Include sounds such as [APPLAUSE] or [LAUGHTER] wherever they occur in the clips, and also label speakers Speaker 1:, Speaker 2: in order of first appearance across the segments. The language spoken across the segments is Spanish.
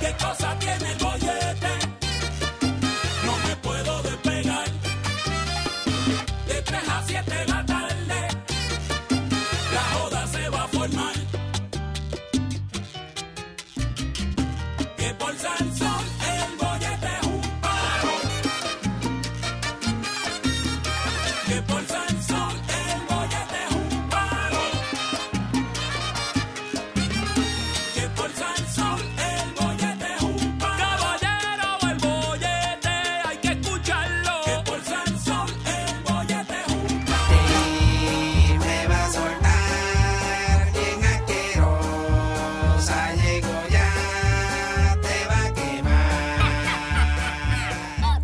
Speaker 1: ¿Qué cosa tiene el bollete? No me puedo despegar. De 3 a 7 de la tarde, la joda se va a formar. Que por Sal Sol el bollete es un paro. Que por Sal Sol el bollete es un paro. Que por Sal Sol el bollete es un palo. Caballero, el bollete hay que escucharlo. Que por Sal Sol el bollete es un
Speaker 2: Me va a soltar bien asquerosa. Llegó ya, te va a quemar. La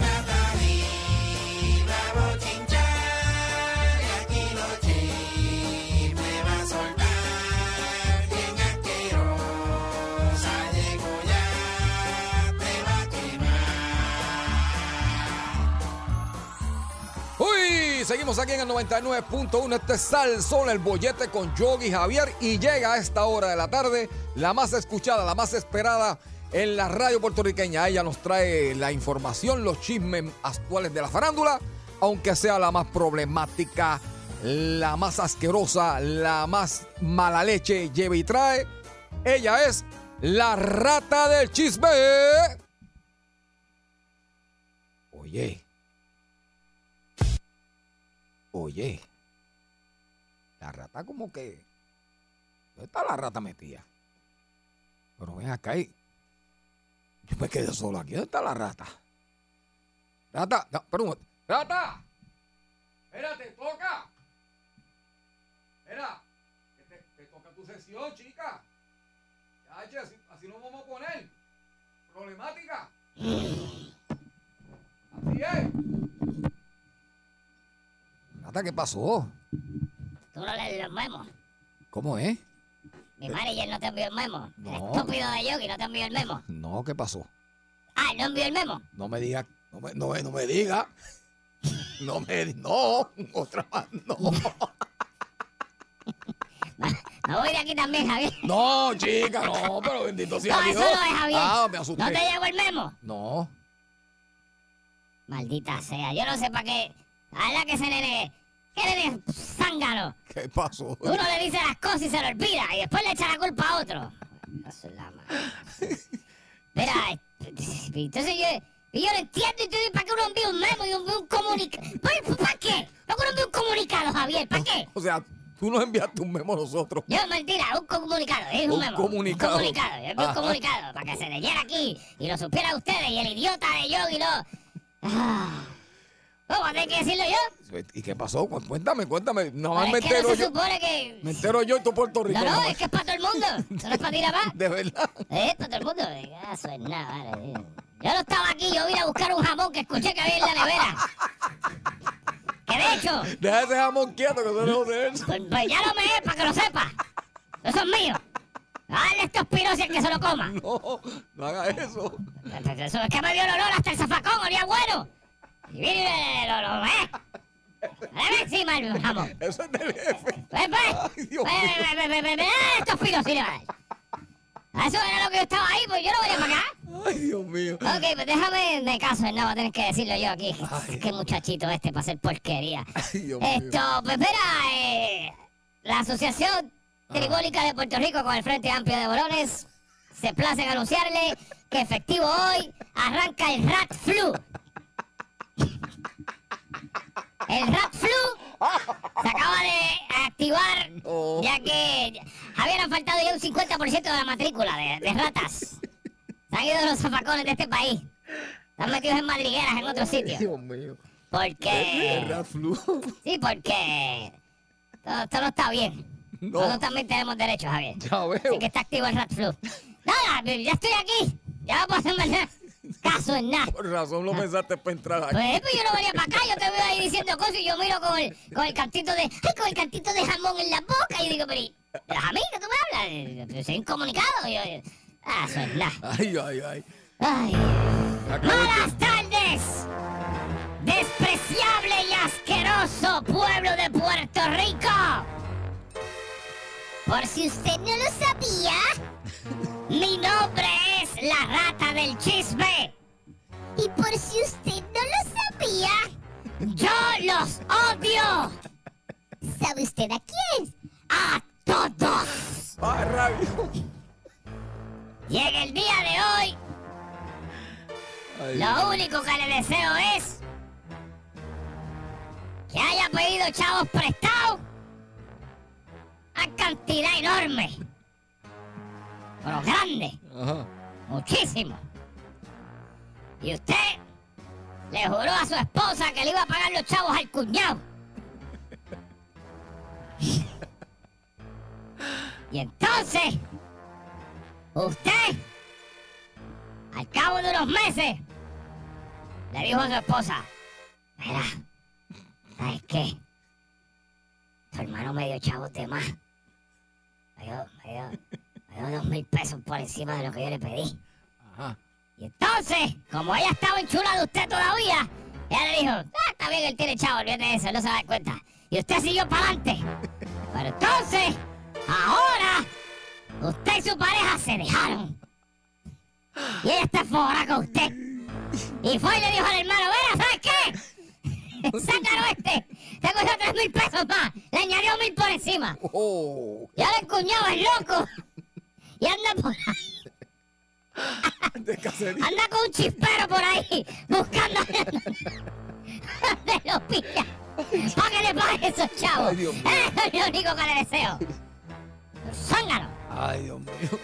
Speaker 2: rata viva va a chinchar. Y aquí lo me va a soltar bien asquerosa. Llegó ya, te va a
Speaker 3: Uy, seguimos aquí en el 99.1. Este es Salsón, el bollete con Yogi Javier. Y llega a esta hora de la tarde, la más escuchada, la más esperada en la radio puertorriqueña. Ella nos trae la información, los chismes actuales de la farándula, aunque sea la más problemática, la más asquerosa, la más mala leche, lleva y trae. Ella es la rata del chisme. Oye. Oye, la rata como que... ¿Dónde está la rata metida? Pero ven acá y... Yo me quedé solo aquí. ¿Dónde está la rata? Rata, no, pero un momento. ¡Rata! Espérate, toca. Espera, que te, te toca tu sesión, chica. Ya, che, así, así nos vamos a poner. Problemática. Así es. Rata, ¿qué pasó?
Speaker 4: Tú no lees los memos.
Speaker 3: ¿Cómo es?
Speaker 4: Mi manager no te envió el memo.
Speaker 3: No.
Speaker 4: El estúpido de Yogi no te envió el memo.
Speaker 3: No, ¿qué pasó?
Speaker 4: Ah, no envió el memo.
Speaker 3: No me diga, no me, no, me- no me diga. [LAUGHS] No me no, otra más, no.
Speaker 4: No voy de aquí también, Javier.
Speaker 3: No, chica, no, pero bendito sea
Speaker 4: [LAUGHS] No,
Speaker 3: Dios.
Speaker 4: eso no es, Javier.
Speaker 3: Ah, me
Speaker 4: No te
Speaker 3: asusté.
Speaker 4: llegó el memo.
Speaker 3: No,
Speaker 4: Maldita sea, yo no sé para qué. Habla que se nene. ¿Qué nene zángano?
Speaker 3: ¿qué pasó?
Speaker 4: Uno le dice las cosas y se lo olvida y después le echa la culpa a otro. Eso es la
Speaker 3: [LAUGHS]
Speaker 4: madre. Mira, entonces yo, y yo no entiendo entonces, para qué uno envía un memo y un, un comunicado. ¿Para qué? ¿Para qué uno envía un comunicado, Javier? ¿Para qué?
Speaker 3: O sea, tú nos enviaste un memo a nosotros.
Speaker 4: Yo, mentira, un comunicado, es un,
Speaker 3: Un
Speaker 4: memo.
Speaker 3: comunicado.
Speaker 4: Un comunicado, es un
Speaker 3: Ajá.
Speaker 4: comunicado, para que se leyera aquí y lo supiera ustedes y el idiota de Yogi no. Ah. ¿Cómo tengo que decirlo yo?
Speaker 3: ¿Y qué pasó? Cu- Cuéntame, cuéntame. Nada más
Speaker 4: Pero
Speaker 3: me
Speaker 4: es que
Speaker 3: entero
Speaker 4: no se
Speaker 3: yo.
Speaker 4: supone que...
Speaker 3: Me entero yo y tú Puerto Rico.
Speaker 4: No, no,
Speaker 3: nada
Speaker 4: es que es para todo el mundo, eso no es para ti nada más.
Speaker 3: más. De verdad.
Speaker 4: Es para todo el mundo, eh, eso es nada, vale. eh. Yo no estaba aquí, yo vine a buscar un jamón que escuché que había en la nevera. Que de hecho,
Speaker 3: Deja ese jamón quieto que
Speaker 4: [LAUGHS]
Speaker 3: eso no es eso.
Speaker 4: pues, pues ya lo me es para que lo sepa. Eso es mío. Dale a estos piros y el que se lo coma.
Speaker 3: No, no haga eso.
Speaker 4: Eso es que me dio el olor hasta el zafacón, olía bueno. Y viene el olor, ¿eh? Dame encima el jamón.
Speaker 3: Eso es del jefe.
Speaker 4: Ven,
Speaker 3: Ay,
Speaker 4: ven.
Speaker 3: Dios
Speaker 4: Ven, ven, ven, ven, ven. pues, Estos pinos sí le va a dar. Eso era lo que yo estaba ahí, pues yo no venía para acá.
Speaker 3: Ay, Dios mío.
Speaker 4: Ok, pues déjame de caso, no, voy a tener que decirlo yo aquí. Qué muchachito este para hacer porquería.
Speaker 3: Ay, Dios mío.
Speaker 4: Esto, pues mira, eh, la Asociación Tribólica de Puerto Rico con el Frente Amplio de Borones se place en anunciarle que efectivo hoy arranca el Rat Flu. El Rat Flu se acaba de activar,
Speaker 3: No.
Speaker 4: ya que habían faltado ya un 50% de la matrícula de, de ratas. Se han ido los zafacones de este país. Están metidos en madrigueras en otro sitio.
Speaker 3: Dios mío.
Speaker 4: Porque...
Speaker 3: Era flu.
Speaker 4: Sí, porque todo, esto no está bien.
Speaker 3: No.
Speaker 4: Nosotros también tenemos derechos, Javier.
Speaker 3: Ya veo.
Speaker 4: Así que está activo el Rat Flu. Nada, ya estoy aquí. Ya no puedo hacerme nada. Caso en nada.
Speaker 3: Por razón lo pensaste para entrar aquí.
Speaker 4: Pues, pues yo no venía para acá, yo te veo ahí diciendo cosas y yo miro con el, con el cantito de. Ay, con el cantito de jamón en la boca. Y yo digo, pero. ¿y- pero a mí que tú me hablas? Yo soy incomunicado. Yo, yo- ah, eso es nada.
Speaker 3: Ay, ay, ay.
Speaker 4: Ay.
Speaker 3: Acabo de-
Speaker 4: Malas tardes, despreciable hermoso pueblo de Puerto Rico. Por si usted no lo sabía, mi nombre es la rata del chisme. Y por si usted no lo sabía, yo los odio. ¿Sabe usted a quién? A todos.
Speaker 5: ¡Ay, rabio!
Speaker 4: Y en el día de hoy,
Speaker 5: Ay,
Speaker 4: Lo único que le deseo es que haya pedido chavos prestados a cantidad enorme. Pero grande,
Speaker 5: Ajá.
Speaker 4: muchísimo. Y usted le juró a su esposa que le iba a pagar los chavos al cuñado. Y entonces, usted, al cabo de unos meses, le dijo a su esposa, mira, ¿sabes qué? Tu hermano me dio chavos de más. Me dio, me dio- me dio dos mil pesos por encima de lo que yo le pedí.
Speaker 5: Ajá.
Speaker 4: Y entonces, como ella estaba enchulada de usted todavía, ella le dijo, ah, está bien, él tiene chavo, olvídate de eso, él no se va a dar cuenta. Y usted siguió para adelante. Pero entonces, ahora, usted y su pareja se dejaron. Y ella está forra con usted. Y fue y le dijo al hermano, mira, ¿sabes qué? Sácalo este. Te cogió tres mil pesos más. Le añadió mil por encima.
Speaker 5: ¡Oh!
Speaker 4: Y ahora el cuñado es loco. Y anda por ahí.
Speaker 5: De cacería.
Speaker 4: Anda con un chispero por ahí, buscando de los pilla. Para que le pague esos chavos.
Speaker 5: Ay, Dios mío.
Speaker 4: Eso [LAUGHS] es lo único que le deseo. Zángano.
Speaker 5: Ay, Dios mío.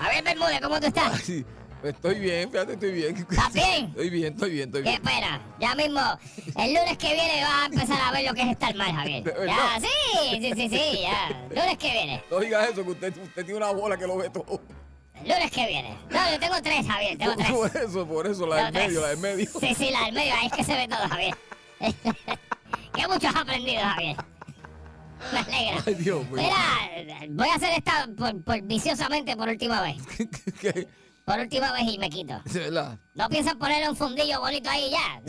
Speaker 4: Javier Bermúdez, ¿cómo tú estás?
Speaker 5: Ay, estoy bien, fíjate, estoy bien.
Speaker 4: ¿Estás bien?
Speaker 5: Estoy bien, estoy bien, estoy
Speaker 4: ¿Qué
Speaker 5: bien.
Speaker 4: espera? Ya mismo, el lunes que viene vas a empezar a ver lo que es estar mal, Javier.
Speaker 5: ¿De verdad?
Speaker 4: Ya, sí, sí, sí, sí, ya. Lunes que viene.
Speaker 5: No digas eso, que usted, usted tiene una bola que lo ve todo.
Speaker 4: Lunes que viene. No, yo tengo tres, Javier, tengo tres.
Speaker 5: Por eso, por eso, la del
Speaker 4: Tengo tres.
Speaker 5: medio, la del medio.
Speaker 4: Sí, sí, la del medio, ahí es que se ve todo, Javier. [LAUGHS] que mucho has aprendido, Javier. Me alegra.
Speaker 5: Ay, Dios mío.
Speaker 4: Mira, voy a hacer esta por, por- viciosamente por última vez.
Speaker 5: ¿Qué, qué, [LAUGHS] qué?
Speaker 4: Por última vez y me quito.
Speaker 5: De verdad.
Speaker 4: ¿No piensas ponerle un fundillo bonito ahí ya?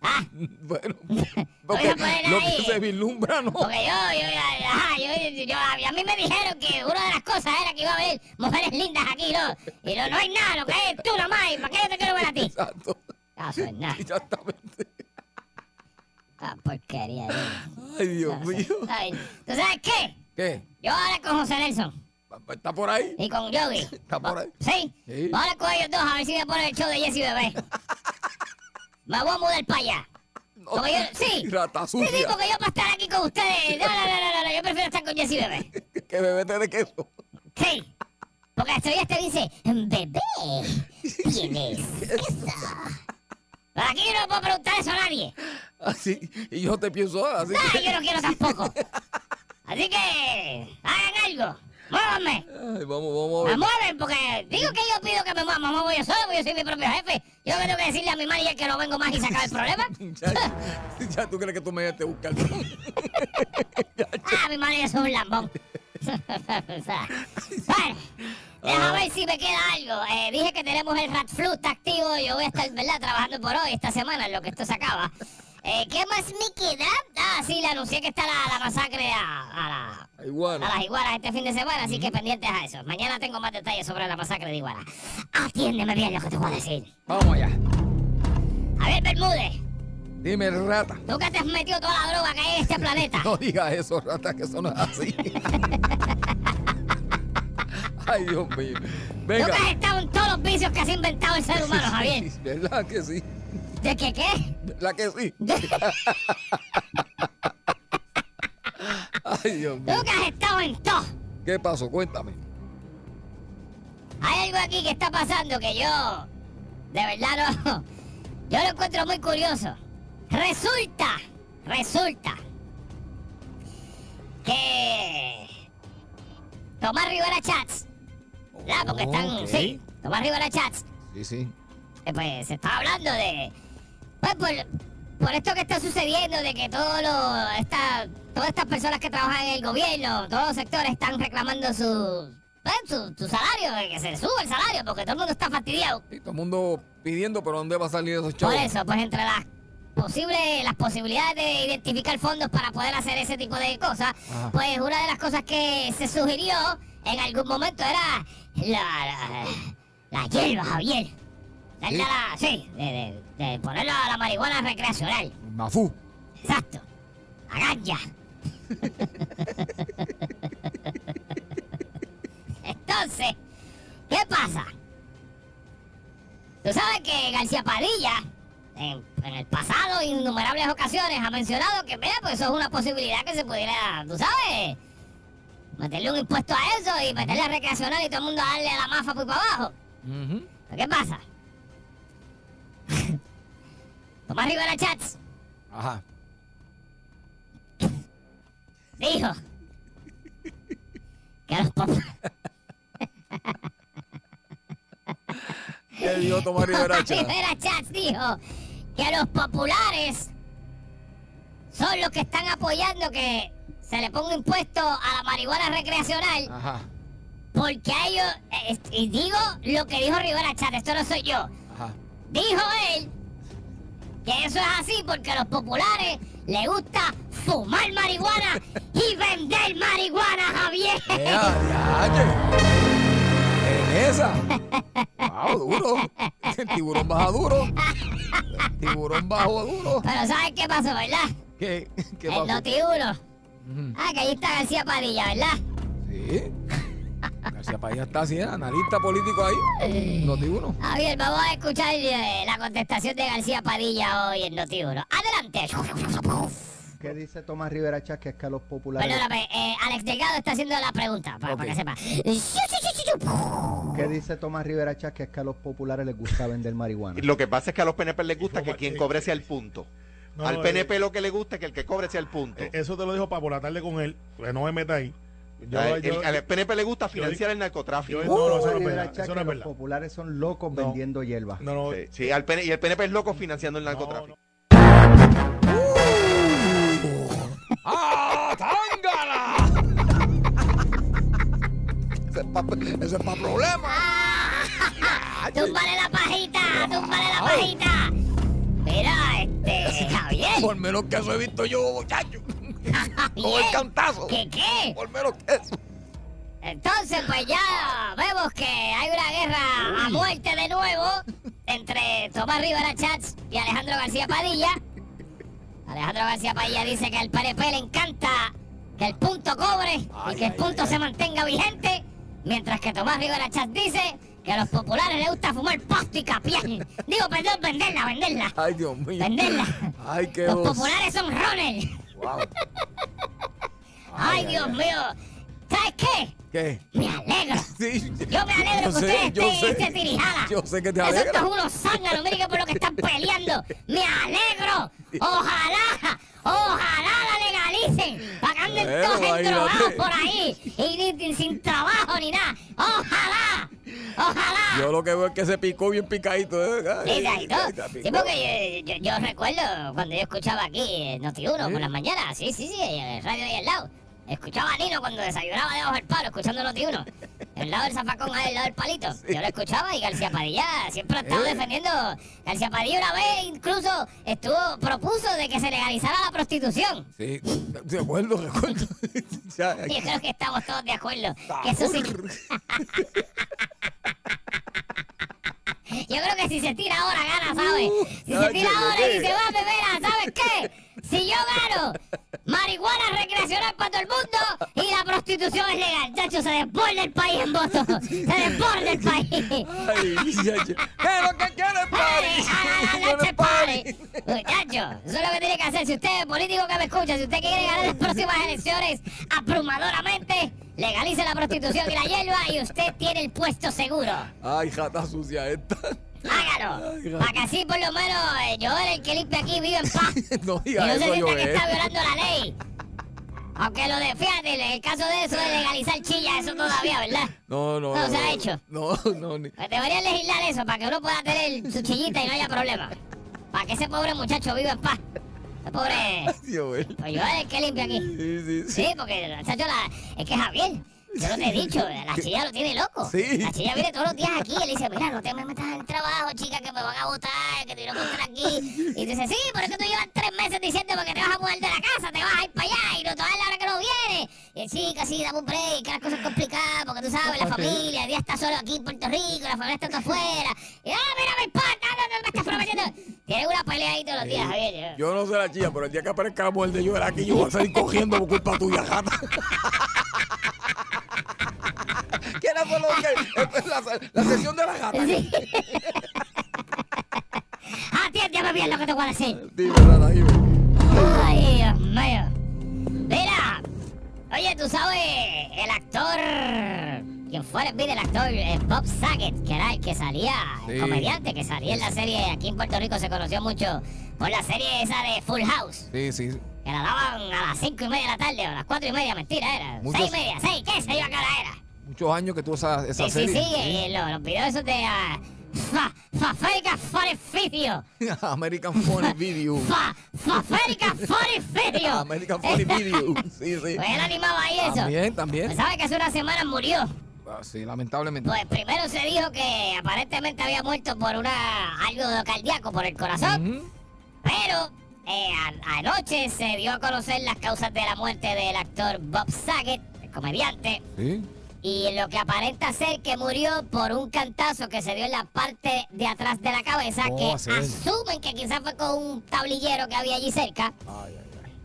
Speaker 4: Ah,
Speaker 5: Bueno,
Speaker 4: Voy
Speaker 5: porque
Speaker 4: a poner
Speaker 5: lo
Speaker 4: ahí.
Speaker 5: que se vislumbra, no.
Speaker 4: porque yo, yo, ajá, yo, yo- a, a mí me dijeron que una de las cosas era que iba a haber mujeres lindas aquí, ¿no? Y no, no hay nada, lo que hay es tú nomás, ¿y para qué yo te quiero ver a ti?
Speaker 5: Exacto.
Speaker 4: No, soy nada,
Speaker 5: [LAUGHS] Exactamente.
Speaker 4: ah, porquería. eh. yo.
Speaker 5: Ay, Dios
Speaker 4: No,
Speaker 5: mío.
Speaker 4: soy- ay, ¿Tú sabes qué?
Speaker 5: ¿Qué?
Speaker 4: Yo ahora con José Nelson
Speaker 5: ¿Está por ahí?
Speaker 4: y con Yogi.
Speaker 5: ¿Está por ahí?
Speaker 4: ¿Sí?
Speaker 5: Sí.
Speaker 4: Voy a hablar con ellos dos a ver si me ponen el show de Jesse
Speaker 5: [LAUGHS]
Speaker 4: Bebé. me voy a mudar para allá.
Speaker 5: No. [LAUGHS]
Speaker 4: Porque yo, sí.
Speaker 5: Rata
Speaker 4: Sí, sí,
Speaker 5: sucia.
Speaker 4: porque yo para estar aquí con ustedes. No, no, no, no, no, yo prefiero estar con Jesse Bebé.
Speaker 5: Que bebete de queso.
Speaker 4: Sí. Porque hasta ya te dice, bebé, tienes queso. Aquí yo no puedo preguntar eso a nadie.
Speaker 5: Así. Ah, Y yo te pienso ahora, así
Speaker 4: Nada,
Speaker 5: que.
Speaker 4: yo no
Speaker 5: [LAUGHS]
Speaker 4: quiero tampoco. Así que hagan algo. Muévanme.
Speaker 5: Ay, vamos, vamos a
Speaker 4: Me
Speaker 5: ver.
Speaker 4: mueven porque digo que yo pido que me muevan, me muevo yo solo porque yo soy mi propio jefe. Yo no tengo que decirle a mi manager que no vengo más y sacar el problema.
Speaker 5: [LAUGHS] Ya, ya tú crees que tú me llegaste
Speaker 4: [LAUGHS]
Speaker 5: a buscar.
Speaker 4: Ah, mi manager es un
Speaker 5: [LAUGHS]
Speaker 4: lambón. bueno,
Speaker 5: Ah.
Speaker 4: déjame ver si me queda algo. Eh, dije que tenemos el Rat Flu está activo. Yo voy a estar ¿verdad? trabajando por hoy, esta semana, en lo que esto se acaba. Eh, ¿Qué más me queda? Ah, sí, le anuncié que está la, la masacre a- a la,
Speaker 5: Igual.
Speaker 4: a las iguanas este fin de semana, así que pendientes a eso. Mañana tengo más detalles sobre la masacre de Iguana. Atiéndeme bien lo que te voy a decir.
Speaker 5: Vamos allá.
Speaker 4: Javier Bermúdez,
Speaker 5: Dime, rata.
Speaker 4: tú que te has metido toda la droga que hay en
Speaker 5: [LAUGHS]
Speaker 4: este planeta.
Speaker 5: No digas eso, rata, que eso no
Speaker 4: [LAUGHS]
Speaker 5: es así. Ay, Dios mío.
Speaker 4: Tú
Speaker 5: Venga.
Speaker 4: que has estado en todos los vicios que has inventado el ser
Speaker 5: [LAUGHS]
Speaker 4: humano, Javier.
Speaker 5: ¿Verdad que sí? [LAUGHS]
Speaker 4: ¿De qué qué?
Speaker 5: ¿Verdad que sí? Ay, Dios mío.
Speaker 4: Tú que has estado en todo.
Speaker 5: ¿Qué pasó? Cuéntame.
Speaker 4: Hay algo aquí que está pasando que yo, de verdad no, [LAUGHS] yo lo encuentro muy curioso. Resulta, resulta que Tomás Rivera Chats, ¿verdad? Porque están,
Speaker 5: Ok.
Speaker 4: sí, Tomás Rivera Chats,
Speaker 5: Sí, sí.
Speaker 4: eh, pues se está hablando de, pues por, por esto que está sucediendo, de que todo lo- esta- todas estas personas que trabajan en el gobierno, todos los sectores están reclamando su, pues, su, su salario, que se suba el salario, porque todo el mundo está fastidiado.
Speaker 5: Sí, todo el mundo pidiendo, pero ¿dónde va a salir esos
Speaker 4: Por
Speaker 5: chavos?
Speaker 4: eso, pues entre las posibles, las posibilidades de identificar fondos para poder hacer ese tipo de cosas,
Speaker 5: Ajá.
Speaker 4: pues una de las cosas que se sugirió en algún momento era la, la, la hierba, Javier. Darle
Speaker 5: ¿Sí?
Speaker 4: a la- sí, de, de- de ponerlo a la marihuana recreacional.
Speaker 5: Mafú.
Speaker 4: Exacto. La ganja. Entonces, ¿qué pasa? Tú sabes que García Padilla, en, en el pasado, innumerables ocasiones, ha mencionado que, mira, pues eso es una posibilidad que se pudiera, tú sabes, meterle un impuesto a eso y meterle a recreacional y todo el mundo darle a la mafa por ahí para abajo.
Speaker 5: Ujú.
Speaker 4: ¿Pero qué pasa? [LAUGHS] Tomás Rivera Chats
Speaker 5: Ajá.
Speaker 4: dijo que los papás.
Speaker 5: ¿Qué dio Tomás
Speaker 4: [LAUGHS]
Speaker 5: Rivera Chat?
Speaker 4: Rivera Chats dijo que los populares son los que están apoyando que se le ponga impuesto a la marihuana recreacional
Speaker 5: Ajá.
Speaker 4: porque a ellos, eh, es- y digo lo que dijo Rivera Chats, esto no soy yo,
Speaker 5: Ajá.
Speaker 4: dijo él que eso es así porque a los populares les gusta fumar marihuana y vender marihuana, Javier.
Speaker 5: ¡Ea, diache! ¡En esa! ¡Wow, duro! El tiburón baja duro. El tiburón bajo duro.
Speaker 4: Pero ¿sabes qué pasó, verdad?
Speaker 5: ¿Qué, qué
Speaker 4: El
Speaker 5: pasó?
Speaker 4: Noti 1.
Speaker 5: Ujú.
Speaker 4: Ah, que ahí está García Padilla, ¿verdad?
Speaker 5: Sí. García Padilla está así, ¿eh? analista político
Speaker 4: Eh.
Speaker 5: ahí. Noti uno.
Speaker 4: Javier, vamos a escuchar eh, la contestación de García Padilla hoy en Noti 1. Adelante.
Speaker 6: ¿Qué dice Tomás Rivera Chas? Que es que los populares.
Speaker 4: Perdóname, eh, Alex Delgado está haciendo la pregunta, para, para que sepa.
Speaker 6: ¿Qué dice Tomás Rivera Chas? Que es que a los populares les gusta vender marihuana.
Speaker 7: Lo que pasa es que a los PNP les gusta que quien cobre sea el punto.
Speaker 8: No,
Speaker 7: Al
Speaker 8: eh,
Speaker 7: PNP lo que le gusta es que el que cobre sea el punto.
Speaker 8: Eh, Eso te lo dijo para por la tarde con él, que no me meta ahí. Yo-
Speaker 7: A- el-
Speaker 8: yo-
Speaker 7: al PNP le gusta financiar el
Speaker 8: yo-
Speaker 7: narcotráfico.
Speaker 8: no, no, eso
Speaker 6: Tomás
Speaker 8: no es
Speaker 6: Rivera
Speaker 8: verdad.
Speaker 6: Chas,
Speaker 8: Eso
Speaker 6: que
Speaker 8: no es
Speaker 6: los
Speaker 8: verdad.
Speaker 6: populares son locos
Speaker 8: No.
Speaker 6: vendiendo hierba.
Speaker 8: No, no,
Speaker 7: Sí, sí, al PN- y el PNP es loco financiando el
Speaker 8: no,
Speaker 7: narcotráfico.
Speaker 8: no.
Speaker 5: ¡Ah, tángala! Ese es pa- Ese es para problemas.
Speaker 4: Ah, [LAUGHS] ¡Túmbale la pajita! ¡Túmbale la pajita! Mira,
Speaker 5: [LAUGHS]
Speaker 4: este, Javier.
Speaker 5: Por menos que eso he visto yo,
Speaker 4: [LAUGHS]
Speaker 5: muchacho. Todo el
Speaker 4: Javier,
Speaker 5: cantazo.
Speaker 4: ¿Qué qué?
Speaker 5: Por menos que eso.
Speaker 4: Entonces, pues ya vemos que hay una guerra a muerte de nuevo entre Tomás Rivera Chats y Alejandro García Padilla. Alejandro García Padilla dice que al PNP le encanta que el punto cobre y que el punto se mantenga vigente, mientras que Tomás Rivera Chats dice que a los populares les gusta fumar pasto y capián. Digo, perdón, venderla, venderla,
Speaker 5: Ay, Dios mío.
Speaker 4: venderla.
Speaker 5: Ay, qué
Speaker 4: Los
Speaker 5: voz.
Speaker 4: populares son Ronald.
Speaker 5: Wow.
Speaker 4: Ay, Dios mío. ¿Sabes qué?
Speaker 5: ¿Qué?
Speaker 4: Me alegro.
Speaker 5: Sí.
Speaker 4: Yo me alegro
Speaker 5: Yo
Speaker 4: que
Speaker 5: sé,
Speaker 4: ustedes
Speaker 5: yo
Speaker 4: estén en
Speaker 5: sé.
Speaker 4: este tirijala.
Speaker 5: Yo sé que te
Speaker 4: Esos
Speaker 5: alegra.
Speaker 4: dos unos zánganos, miren que por lo que están peleando. ¡Me alegro! ¡Ojalá! ¡Ojalá la legalicen! Para que anden
Speaker 5: Bueno,
Speaker 4: todos
Speaker 5: imagínate.
Speaker 4: endrogados por ahí. Y ni- ni- sin trabajo ni nada. ¡Ojalá! ¡Ojalá!
Speaker 5: Yo lo que veo es que se picó bien picadito, ¿eh?
Speaker 4: Sí,
Speaker 5: Ay,
Speaker 4: Taito.
Speaker 5: ay, se
Speaker 4: Sí,
Speaker 5: picó.
Speaker 4: porque yo, yo- yo recuerdo cuando yo escuchaba aquí eh, Noti 1 por las mañanas, sí, sí, sí, el radio ahí al lado. Escuchaba a Nino cuando desayunaba debajo del palo, escuchando Noti 1. El lado del zafacón, ahí, al lado del [LAUGHS] palito. Yo lo escuchaba y García Padilla siempre ha estado defendiendo. García Padilla una vez incluso estuvo, propuso de que se legalizara la prostitución.
Speaker 5: Sí, de acuerdo, [LAUGHS] recuerdo. Ya,
Speaker 4: Yo
Speaker 5: aquí-
Speaker 4: creo que estamos todos de acuerdo. Que eso sí. [LAUGHS] Yo creo que si se tira ahora, gana, ¿sabes?
Speaker 5: Uh,
Speaker 4: Si se
Speaker 5: ay,
Speaker 4: tira
Speaker 5: yo
Speaker 4: ahora
Speaker 5: creo
Speaker 4: y
Speaker 5: que-
Speaker 4: dice, va, bebera, ¿sabes qué? Si yo gano, marihuana recreacional para todo el mundo y la prostitución es legal. Chacho, se desborda el país en votos. Se desborda el país.
Speaker 5: Ay, ya, ya. ¿Qué es lo que quieres,
Speaker 4: Party, a
Speaker 5: party?
Speaker 4: la leche
Speaker 5: ¿Quieres
Speaker 4: party.
Speaker 5: party?
Speaker 4: Muchachos, eso es lo que tiene que hacer. Si usted es político que me escucha, si usted quiere ganar las próximas elecciones abrumadoramente, legalice la prostitución y la hierba y usted tiene el puesto seguro.
Speaker 5: Ay, jata sucia esta.
Speaker 4: Hágalo. Para que así por lo menos eh, Joel, el que limpia aquí, vive en paz.
Speaker 5: [LAUGHS] No
Speaker 4: Y
Speaker 5: digas
Speaker 4: no se
Speaker 5: eso, yo,
Speaker 4: sienta que está violando la ley. Aunque lo de, fíjate, en el caso de eso de legalizar chilla, eso todavía, ¿verdad?
Speaker 5: No, no,
Speaker 4: No se ha hecho.
Speaker 5: No, no, ni-
Speaker 4: Pues deberían legislar eso para que uno pueda tener su chillita y no haya problema. Para que ese pobre muchacho viva en paz. Ese
Speaker 5: [LAUGHS]
Speaker 4: pobre.
Speaker 5: Dios, él.
Speaker 4: Pues yo Pues es el que limpia aquí.
Speaker 5: Sí, sí, sí.
Speaker 4: Sí, porque el muchacho la. Es que Javier. Yo no te he
Speaker 5: [LAUGHS]
Speaker 4: dicho, la chilla lo tiene loco.
Speaker 3: Sí.
Speaker 4: La chilla viene todos los días aquí y le dice, mira, no te me metas en el trabajo, chica, que me van a botar, que te voy a botar aquí. Y dice, sí, pero es que tú llevas tres meses diciéndome que te vas a mudar de la casa, te vas a ir para allá y no te vas a dar la hora que no vienes. Y el chica, sí, dame un break, que las cosas son complicadas, porque tú sabes, la familia, el día está solo aquí en Puerto Rico, la familia está toda afuera. Y, ah, mira, me importa, no, no, me estás prometiendo. Tienen una pelea ahí todos los días, Javier.
Speaker 9: Yo no sé la chilla, pero el día que aparezca la mujer de yo era aquí, yo voy a salir cogiendo por culpa tuya, jata.
Speaker 3: ¿Qué era eso lo
Speaker 4: [LAUGHS]
Speaker 3: que- la, la sesión de la gata? [LAUGHS]
Speaker 4: Sí. Atiéndeme bien lo que te voy a decir.
Speaker 3: Dime, Rana, dime.
Speaker 4: Ay, Dios mío. Mira, oye, tú sabes, el actor, quien fue el, mira, el actor eh, Bob Saget, que era el que salía, el
Speaker 3: Sí.
Speaker 4: comediante que salía en la serie, aquí en Puerto Rico se conoció mucho por la serie esa de Full House,
Speaker 3: Sí, sí.
Speaker 4: que la daban a las cinco y media de la tarde, o a las cuatro y media, mentira, era,
Speaker 3: Muchos-
Speaker 4: seis y media, seis, qué sé yo, acá la era.
Speaker 3: Muchos años que tuvo esa, esa
Speaker 4: Sí, sí,
Speaker 3: serie.
Speaker 4: sí, eh, lo-
Speaker 5: [LAUGHS]
Speaker 4: los, videos esos de ah, fa, Faférica Foresticio.
Speaker 3: American Funny Video.
Speaker 4: Fa, Faférica Foresticio. [LAUGHS]
Speaker 3: American Funny Video. Uh, Sí, sí.
Speaker 4: Pues él animaba ahí eso.
Speaker 3: También, también.
Speaker 4: Pues sabe que hace una semana murió.
Speaker 3: Ah, Sí, lamentablemente.
Speaker 4: Pues primero se dijo que aparentemente había muerto por una algo cardíaco por el corazón,
Speaker 3: Ujú.
Speaker 4: pero eh, a- anoche se dio a conocer las causas de la muerte del actor Bob Saget, el comediante,
Speaker 3: Sí.
Speaker 4: y lo que aparenta ser que murió por un cantazo que se dio en la parte de atrás de la cabeza,
Speaker 3: Oh,
Speaker 4: que
Speaker 3: así es.
Speaker 4: asumen que quizás fue con un tablillero que había allí cerca.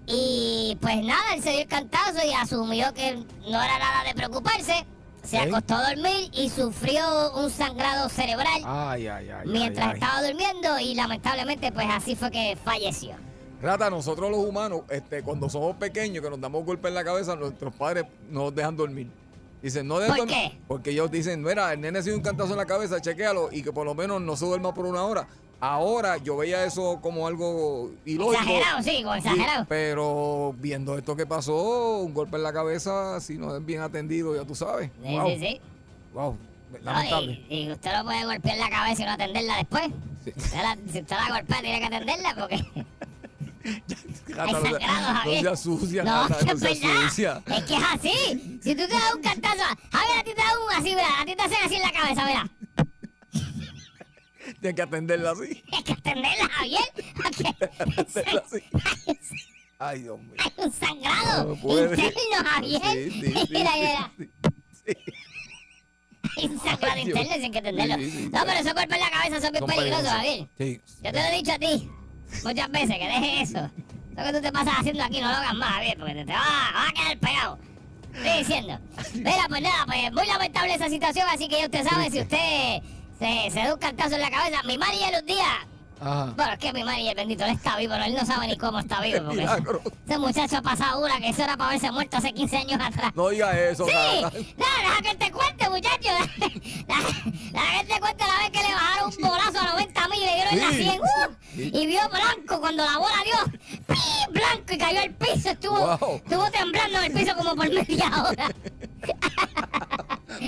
Speaker 4: Y pues nada, él se dio el cantazo y asumió que no era nada de preocuparse. Se
Speaker 3: Ok.
Speaker 4: acostó a dormir y sufrió un sangrado cerebral
Speaker 3: Ay, ay, ay.
Speaker 4: mientras
Speaker 3: ay, ay.
Speaker 4: estaba durmiendo y lamentablemente pues así fue que falleció.
Speaker 3: Rata, nosotros los humanos, este, cuando somos pequeños, que nos damos golpe en la cabeza, nuestros padres nos dejan dormir. Dicen, no dejes
Speaker 4: ¿Por
Speaker 3: dormir.
Speaker 4: qué?
Speaker 3: Porque ellos dicen, mira, el nene ha sido un cantazo en la cabeza, chequéalo y que por lo menos no se duerma por una hora. Ahora yo veía eso como algo ilógico.
Speaker 4: Exagerado, sí, como
Speaker 3: Sí,
Speaker 4: exagerado.
Speaker 3: pero viendo esto que pasó, un golpe en la cabeza, si no es bien atendido, ya tú sabes.
Speaker 4: Sí,
Speaker 3: wow,
Speaker 4: sí, sí.
Speaker 3: wow,
Speaker 4: No,
Speaker 3: lamentable.
Speaker 4: y, y usted no puede golpear la cabeza y no atenderla después.
Speaker 3: Sí.
Speaker 4: Usted la- si usted la golpea, tiene que atenderla porque...
Speaker 3: Rata, no,
Speaker 4: Exagerado,
Speaker 3: se, no
Speaker 4: Javier.
Speaker 3: se asucia,
Speaker 4: No,
Speaker 3: Rata, no
Speaker 4: es
Speaker 3: se
Speaker 4: verdad.
Speaker 3: asucia.
Speaker 4: Es que es así. Si tú te das un cantazo, a- Javier, a ti te da un así, mira, a ti te hacen así en la cabeza, mira.
Speaker 3: Tienes que atenderla así.
Speaker 4: Es que atenderla, Javier, porque
Speaker 3: Atenderla así. Ay, Dios mío.
Speaker 4: hay un sangrado
Speaker 3: No puede.
Speaker 4: interno, Javier.
Speaker 3: Sí, sí, sí,
Speaker 4: Mira,
Speaker 3: sí,
Speaker 4: mira.
Speaker 3: sí.
Speaker 4: Hay un sangrado
Speaker 3: Ay, Dios.
Speaker 4: interno, sin que atenderlo.
Speaker 3: Sí, sí, sí.
Speaker 4: No, pero esos golpes en la cabeza son bien
Speaker 3: Son
Speaker 4: peligrosos,
Speaker 3: peligrosos.
Speaker 4: Javier.
Speaker 3: Sí.
Speaker 4: Yo te lo he dicho a ti muchas veces, que dejes eso. Lo que tú te pasas haciendo aquí no lo hagas más, Javier, porque te, te va, vas a quedar pegado. Estoy diciendo. Mira, pues nada, pues muy lamentable esa situación, así que ya usted sabe, si usted se, se da un cantazo en la cabeza, mi manager un día...
Speaker 3: Ajá.
Speaker 4: Bueno, es que mi manager, bendito, él está vivo, pero él no sabe ni cómo está vivo, porque
Speaker 3: [LAUGHS] Milagro.
Speaker 4: ese muchacho ha pasado una que eso era para haberse muerto hace 15 años atrás.
Speaker 3: No digas eso,
Speaker 4: Sí, no,
Speaker 3: Rata.
Speaker 4: deja que te cuente, muchacho. [LAUGHS] La, la gente cuenta la vez que le bajaron un bolazo a 90 mil y le dieron en la
Speaker 3: Sí.
Speaker 4: 100. ¡uh! y vio blanco cuando la bola dio. ¡pi! Blanco y cayó al piso. Estuvo,
Speaker 3: Wow.
Speaker 4: estuvo temblando en el piso como por media
Speaker 3: [LAUGHS]
Speaker 4: hora.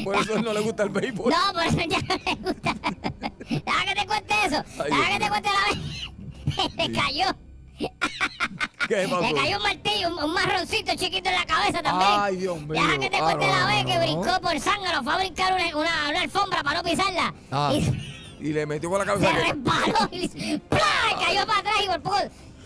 Speaker 3: Por eso no le gusta el béisbol.
Speaker 4: No, por eso ya no le gusta. [LAUGHS] Deja que te cuente eso.
Speaker 3: Ay, Dios
Speaker 4: deja que te
Speaker 3: mío.
Speaker 4: cuente la vez. [LAUGHS] que Le cayó.
Speaker 3: ¿Qué pasó?
Speaker 4: Le cayó un martillo, un, un marroncito chiquito en la cabeza también.
Speaker 3: Ay, Dios mío.
Speaker 4: Deja que te
Speaker 3: Ah,
Speaker 4: cuente
Speaker 3: no,
Speaker 4: la
Speaker 3: no,
Speaker 4: vez
Speaker 3: no,
Speaker 4: que
Speaker 3: no.
Speaker 4: brincó por zángano, fue a brincar una, una, una alfombra para no pisarla. [LAUGHS]
Speaker 3: Ah,
Speaker 4: Y
Speaker 3: y le metió con la
Speaker 4: se
Speaker 3: cabeza. que-
Speaker 4: resbaló y le- ¡plá! Y cayó para atrás y por poco.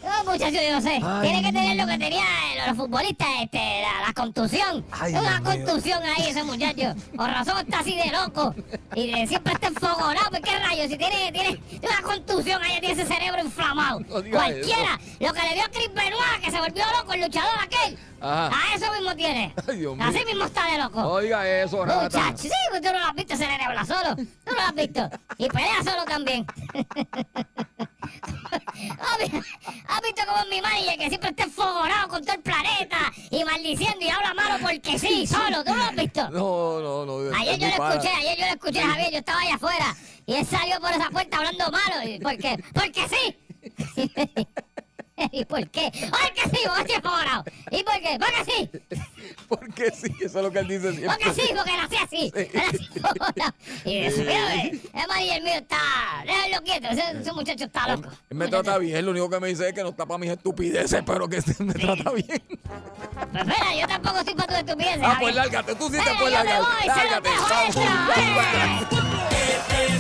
Speaker 4: No, muchacho, yo no sé.
Speaker 3: Ay.
Speaker 4: Tiene que tener lo que tenía eh, los futbolistas, este, la, la contusión.
Speaker 3: Ay,
Speaker 4: una
Speaker 3: Dios mío.
Speaker 4: contusión ahí ese muchacho. Por razón está así de loco. Y de- siempre está enfogonado. ¿Por qué rayos? Si tiene, tiene una contusión ahí, tiene ese cerebro inflamado.
Speaker 3: No diga
Speaker 4: Cualquiera. Lo que le dio a Chris Benoit, que se volvió loco, el luchador aquel.
Speaker 3: Ajá.
Speaker 4: A Ah, eso mismo tiene.
Speaker 3: Ay, Dios mío.
Speaker 4: Así mismo está de loco.
Speaker 3: Oh, No digas eso, Rata.
Speaker 4: Muchacho, sí, pues tú no lo has visto, se le habla solo. Tú no lo has visto. Y pelea solo también. [LAUGHS] ¿Has vi- has visto como es mi manager que siempre está enfogonado con todo el planeta y maldiciendo y habla malo
Speaker 3: [LAUGHS]
Speaker 4: porque sí, solo? ¿Tú no lo has visto?
Speaker 3: No, no, no.
Speaker 4: Ayer
Speaker 3: es
Speaker 4: yo
Speaker 3: mi
Speaker 4: lo
Speaker 3: pana.
Speaker 4: escuché, ayer yo lo escuché, Javier, yo estaba allá afuera y él salió por esa puerta hablando malo. ¿y ¿Por qué? Porque sí. [LAUGHS] ¿Y por qué? ¡Ay, que sí! ¡Porque estoy apavorado! ¿Y por qué? ¡Porque sí!
Speaker 5: Porque sí, eso es lo que él dice siempre.
Speaker 4: ¡Porque sí!
Speaker 3: [LAUGHS]
Speaker 4: ¡Porque nací así! ¡Nací apavorado! [LAUGHS] Y Dios mío, eh, el manager mío está... Déjalo quieto, ese, ese muchacho está loco.
Speaker 5: Él me trata bien, lo único que me dice es que no tapa mis estupideces, pero que se- me trata bien.
Speaker 4: Pero espera, yo tampoco estoy para tu estupidez,
Speaker 5: Ah, pues lárgate, tú sí te
Speaker 4: Espera,
Speaker 5: puedes
Speaker 4: yo me
Speaker 5: largar.
Speaker 4: voy, se lo
Speaker 5: Lárgate,
Speaker 4: dejo
Speaker 5: vamos. [LAUGHS]
Speaker 4: extra, eh.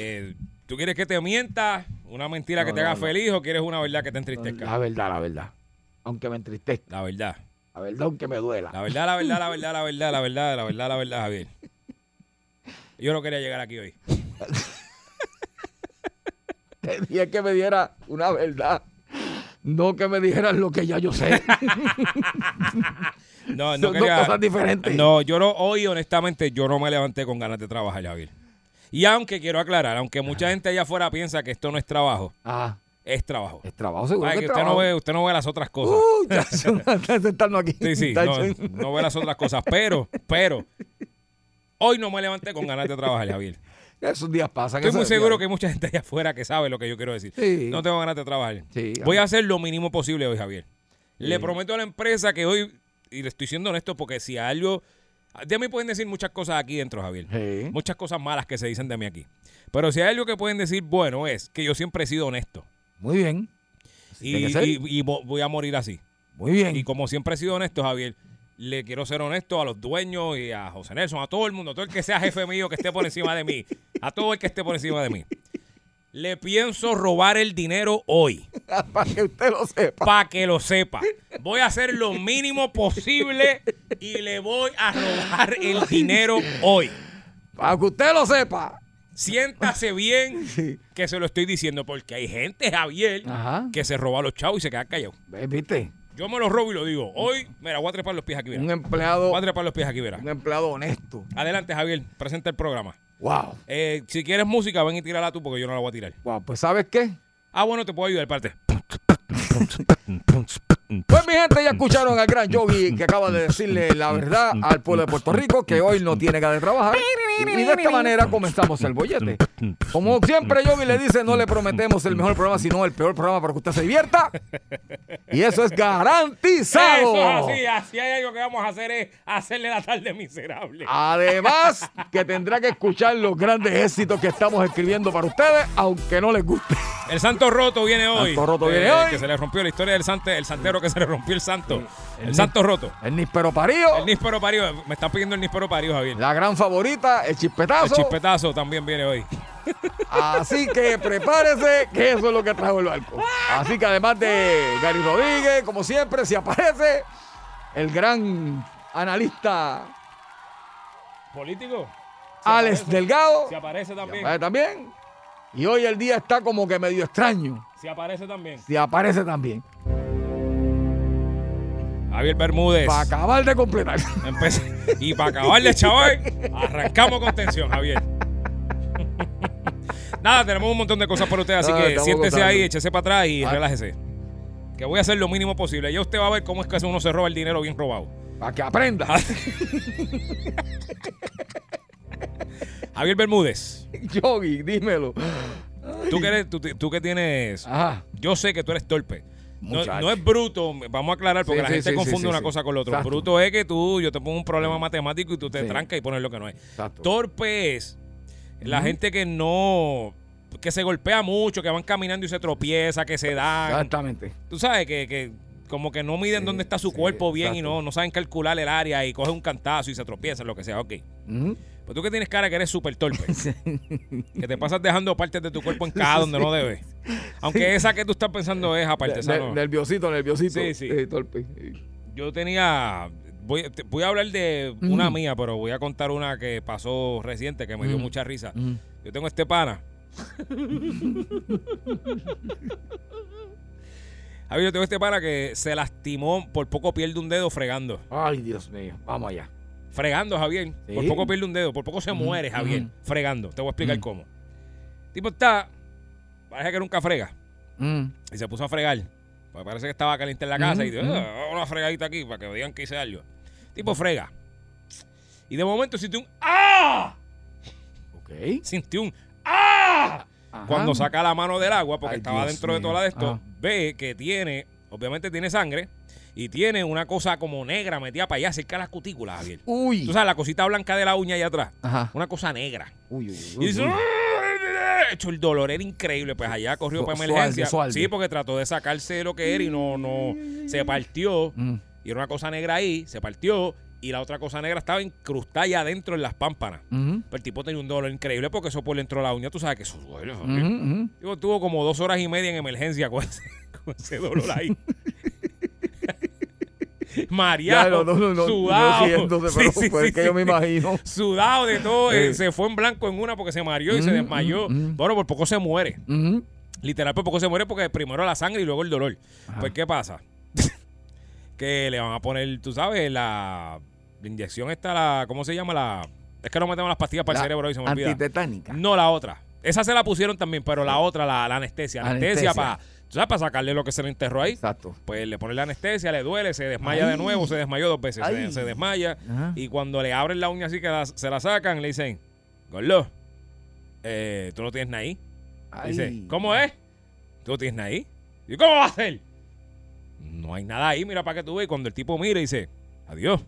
Speaker 10: Eh, ¿Tú quieres que te mientas? ¿Una mentira que te haga feliz o quieres una verdad que te entristezca?
Speaker 3: La verdad, la verdad. Aunque me entristezca.
Speaker 10: La verdad.
Speaker 3: La verdad, aunque me duela.
Speaker 10: La verdad, la verdad, la verdad, la verdad, la verdad, la verdad, la verdad, Javier. Yo no quería llegar aquí hoy.
Speaker 3: Te dije que me diera una verdad. No que me dijeras lo que ya yo
Speaker 10: [LAUGHS]
Speaker 3: sé.
Speaker 10: No, no
Speaker 3: Son dos
Speaker 10: quería-
Speaker 3: cosas diferentes.
Speaker 10: No, yo no, hoy honestamente yo no me levanté con ganas de trabajar, Javier. Y aunque quiero aclarar, aunque mucha gente allá afuera piensa que esto no es trabajo,
Speaker 3: Ah,
Speaker 10: es trabajo.
Speaker 3: es trabajo seguro.
Speaker 10: Ay,
Speaker 3: que
Speaker 10: que
Speaker 3: es
Speaker 10: usted, no
Speaker 3: trabajo.
Speaker 10: ve, usted no ve las otras cosas.
Speaker 3: Uh, Tacho, está sentando aquí. [LAUGHS]
Speaker 10: Sí, sí, no,
Speaker 3: Tacho.
Speaker 10: no ve las otras cosas, pero, pero, hoy no me levanté con ganas de trabajar, Javier.
Speaker 3: Esos días pasan.
Speaker 10: Estoy
Speaker 3: esos
Speaker 10: muy
Speaker 3: días.
Speaker 10: seguro que hay mucha gente allá afuera que sabe lo que yo quiero decir.
Speaker 3: Sí.
Speaker 10: No tengo ganas de trabajar.
Speaker 3: Sí,
Speaker 10: Voy
Speaker 3: a-
Speaker 10: a hacer lo mínimo posible hoy, Javier. Le prometo a la empresa que hoy, y le estoy siendo honesto porque si algo... De mí pueden decir muchas cosas aquí dentro, Javier.
Speaker 3: Sí.
Speaker 10: Muchas cosas malas que se dicen de mí aquí. Pero si hay algo que pueden decir bueno es que yo siempre he sido honesto.
Speaker 3: Muy bien. Así tiene que
Speaker 10: Y,
Speaker 3: ser.
Speaker 10: y- y vo- voy a morir así.
Speaker 3: Muy bien.
Speaker 10: Y como siempre he sido honesto, Javier, le quiero ser honesto a los dueños y a José Nelson, a todo el mundo, a todo el que sea jefe mío que esté por encima de mí, a todo el que esté por encima de mí. Le pienso robar el dinero hoy,
Speaker 3: [LAUGHS] Para que usted lo sepa.
Speaker 10: para que lo sepa. Voy a hacer lo mínimo posible y le voy a robar el dinero hoy.
Speaker 3: Para que usted lo sepa.
Speaker 10: Siéntase
Speaker 3: [LAUGHS]
Speaker 10: bien
Speaker 3: Sí.
Speaker 10: que se lo estoy diciendo, porque hay gente, Javier,
Speaker 3: Ajá.
Speaker 10: que se roba a los chavos y se queda callado.
Speaker 3: ¿Ves, ¿Viste?
Speaker 10: Yo me los robo y lo digo. Hoy, mira, voy a trepar los pies aquí,
Speaker 3: Un
Speaker 10: verá.
Speaker 3: empleado,
Speaker 10: Voy a trepar los pies aquí, verá.
Speaker 3: un empleado honesto.
Speaker 10: Adelante, Javier, presenta el programa.
Speaker 3: Wow.
Speaker 10: Eh, si quieres música, ven y tírala tú porque yo no la voy a tirar.
Speaker 3: Wow, pues ¿sabes qué?
Speaker 10: Ah, bueno, te puedo ayudar, parte.
Speaker 3: Pues mi gente, ya escucharon al gran Yogi que acaba de decirle la verdad al pueblo de Puerto Rico que hoy no tiene ganas de trabajar. Y de esta manera comenzamos el bollete. Como siempre Yogi le dice, no le prometemos el mejor programa, sino el peor programa para que usted se divierta. Y eso es garantizado.
Speaker 10: Eso es así, así hay algo que vamos a hacer es hacerle la tarde miserable.
Speaker 3: Ah. Además, que tendrá que escuchar los grandes éxitos que estamos escribiendo para ustedes, aunque no les guste.
Speaker 10: El santo roto viene hoy. Eh,
Speaker 3: Santo roto viene hoy.
Speaker 10: Que se le rompió la historia del sante, el santero que se le rompió el santo. El santo roto.
Speaker 3: El Nispero Parío,
Speaker 10: El níspero parió. Me están pidiendo el níspero parió, Javier.
Speaker 3: la gran favorita, el
Speaker 10: El
Speaker 3: chispetazo.
Speaker 10: chispetazo también viene hoy.
Speaker 3: Así que prepárese, que eso es lo que trajo el barco. Así que además de Gary Rodríguez, como siempre, si aparece el gran analista
Speaker 10: Político. Se
Speaker 3: Alex
Speaker 10: aparece.
Speaker 3: Delgado.
Speaker 10: Se aparece
Speaker 3: Si
Speaker 10: también.
Speaker 3: aparece también. Y hoy el día está como que medio extraño.
Speaker 10: Se aparece también.
Speaker 3: Si aparece también.
Speaker 10: Javier Bermúdez.
Speaker 3: Para acabar de completar.
Speaker 10: Empecé- Y para
Speaker 3: [LAUGHS]
Speaker 10: acabarle, chaval, arrancamos con tensión, Javier. Nada, tenemos un montón de cosas para usted, así
Speaker 3: Ah,
Speaker 10: que
Speaker 3: estamos
Speaker 10: siéntese
Speaker 3: gozando.
Speaker 10: ahí, échese para atrás y
Speaker 3: Ah.
Speaker 10: relájese. Que voy a hacer lo mínimo posible. Ya usted va a ver cómo es que uno se roba el dinero bien robado. Ah.
Speaker 3: Para que aprenda. [LAUGHS]
Speaker 10: Javier Bermúdez,
Speaker 3: Yogi, dímelo.
Speaker 10: tú que, eres- tú, tú que tienes...
Speaker 3: Ajá.
Speaker 10: Yo sé que tú eres torpe. No,
Speaker 3: Muchacho.
Speaker 10: no es bruto, vamos a aclarar porque
Speaker 3: Sí,
Speaker 10: la
Speaker 3: sí,
Speaker 10: gente
Speaker 3: sí,
Speaker 10: confunde
Speaker 3: sí, sí,
Speaker 10: una
Speaker 3: sí.
Speaker 10: cosa con la otra.
Speaker 3: Exacto.
Speaker 10: Bruto es que tú, yo te pongo un problema matemático y tú te
Speaker 3: Sí.
Speaker 10: trancas y pones lo que no es.
Speaker 3: Exacto.
Speaker 10: Torpe es la
Speaker 3: Ujú.
Speaker 10: gente que no, que se golpea mucho, que van caminando y se tropieza, que se dan.
Speaker 3: Exactamente.
Speaker 10: Tú sabes que, que como que no miden
Speaker 3: Sí,
Speaker 10: dónde está su
Speaker 3: sí,
Speaker 10: cuerpo bien y
Speaker 3: exacto.
Speaker 10: no, no saben calcular el área y coge un cantazo y se tropieza, lo que sea, ok.
Speaker 3: Ujú.
Speaker 10: Pues tú que tienes cara que eres súper torpe.
Speaker 3: [LAUGHS]
Speaker 10: que te pasas dejando partes de tu cuerpo en cada donde no debes. Aunque esa que tú estás pensando es aparte. esa
Speaker 3: Ne-
Speaker 10: no.
Speaker 3: Nerviosito, nerviosito.
Speaker 10: Sí, sí.
Speaker 3: Eh, torpe.
Speaker 10: Yo tenía. Voy, te- voy a hablar de una
Speaker 3: Mm.
Speaker 10: mía, pero voy a contar una que pasó reciente que me dio mucha risa.
Speaker 3: Mm.
Speaker 10: Yo tengo
Speaker 3: [LAUGHS]
Speaker 10: este pana. Javier, yo tengo este pana que se lastimó, por poco pierde un dedo fregando.
Speaker 3: Ay, Dios mío. Vamos allá.
Speaker 10: Fregando, Javier. Por
Speaker 3: Sí.
Speaker 10: poco pierde un dedo. Por poco se muere, Javier.
Speaker 3: ujú.
Speaker 10: Fregando. Te voy a explicar
Speaker 3: Ujú.
Speaker 10: cómo. Tipo está. Parece que nunca frega.
Speaker 3: Mm.
Speaker 10: Y se puso a fregar. Porque parece que estaba caliente en la
Speaker 3: Ujú,
Speaker 10: casa. Y dijo,
Speaker 3: ujú.
Speaker 10: "Ah, una fregadita aquí para que vean que hice algo. Tipo frega. Y de momento sintió un ¡Ah!
Speaker 3: Ok.
Speaker 10: Sintió un ¡Ah!
Speaker 3: Ajá.
Speaker 10: Cuando saca la mano del agua, porque
Speaker 3: Ay,
Speaker 10: estaba
Speaker 3: Dios
Speaker 10: dentro de
Speaker 3: mío.
Speaker 10: toda la de esto,
Speaker 3: Ajá.
Speaker 10: ve que tiene, obviamente tiene sangre, y tiene una cosa como negra metida para allá, cerca de las cutículas, Javier.
Speaker 3: Uy.
Speaker 10: Tú sabes, la cosita blanca de la uña allá atrás.
Speaker 3: Ajá.
Speaker 10: Una cosa negra.
Speaker 3: Uy, uy,
Speaker 10: Y
Speaker 3: uy.
Speaker 10: dice,
Speaker 3: uy.
Speaker 10: "Ah". hecho el dolor era increíble, pues allá corrió
Speaker 3: Su-
Speaker 10: para
Speaker 3: suave,
Speaker 10: emergencia.
Speaker 3: suave.
Speaker 10: Sí, porque trató de sacarse lo que era y no, no, se partió.
Speaker 3: Mm.
Speaker 10: Y era una cosa negra ahí, se partió y la otra cosa negra estaba incrustada allá adentro en las pámpanas.
Speaker 3: Ujú,
Speaker 10: Pero el tipo tenía un dolor increíble porque eso por dentro de la uña, tú sabes que eso duele. Javier.
Speaker 3: ujú, ujú.
Speaker 10: Digo, tuvo como dos horas y media en emergencia con ese, [LAUGHS] con ese dolor
Speaker 3: [LAUGHS]
Speaker 10: ahí.
Speaker 3: Ya,
Speaker 10: Mareado,
Speaker 3: no, no, no, no,
Speaker 10: sudado.
Speaker 3: Yo siéntate,
Speaker 10: Sí,
Speaker 3: pero
Speaker 10: sí,
Speaker 3: pues,
Speaker 10: sí,
Speaker 3: es que yo me
Speaker 10: sí.
Speaker 3: imagino.
Speaker 10: [LAUGHS] Sudado de todo. eh,
Speaker 3: Eh.
Speaker 10: se fue en blanco en una porque se mareó y se
Speaker 3: Mm,
Speaker 10: desmayó.
Speaker 3: mm, mm.
Speaker 10: Bueno, por poco se muere.
Speaker 3: Ujú.
Speaker 10: Literal, por poco se muere porque primero la sangre y luego el dolor. Pues, ¿qué pasa? [LAUGHS] que le van a poner, tú sabes, la inyección esta, la, ¿cómo se llama? la Es que no metemos las pastillas para
Speaker 3: La
Speaker 10: el cerebro y se me olvida.
Speaker 3: Antitetánica.
Speaker 10: No, la otra. Esa se la pusieron también, pero la otra, la, la anestesia. Anestesia,
Speaker 3: Anestesia.
Speaker 10: para para sacarle lo que se le enterró ahí.
Speaker 3: Exacto.
Speaker 10: Pues le ponen la anestesia, le duele, se desmaya
Speaker 3: Ay.
Speaker 10: de nuevo, se desmayó dos veces, se,
Speaker 3: Ay.
Speaker 10: se desmaya.
Speaker 3: Ajá.
Speaker 10: Y cuando le abren la uña así que la- se la sacan, le dicen, Gordo, eh, tú no tienes naí. Dice,
Speaker 3: Ay.
Speaker 10: ¿cómo es? ¿Tú no tienes naí? ¿Y cómo va a ser? No hay nada ahí, mira para que tú veas. Y cuando el tipo mira y dice, adiós,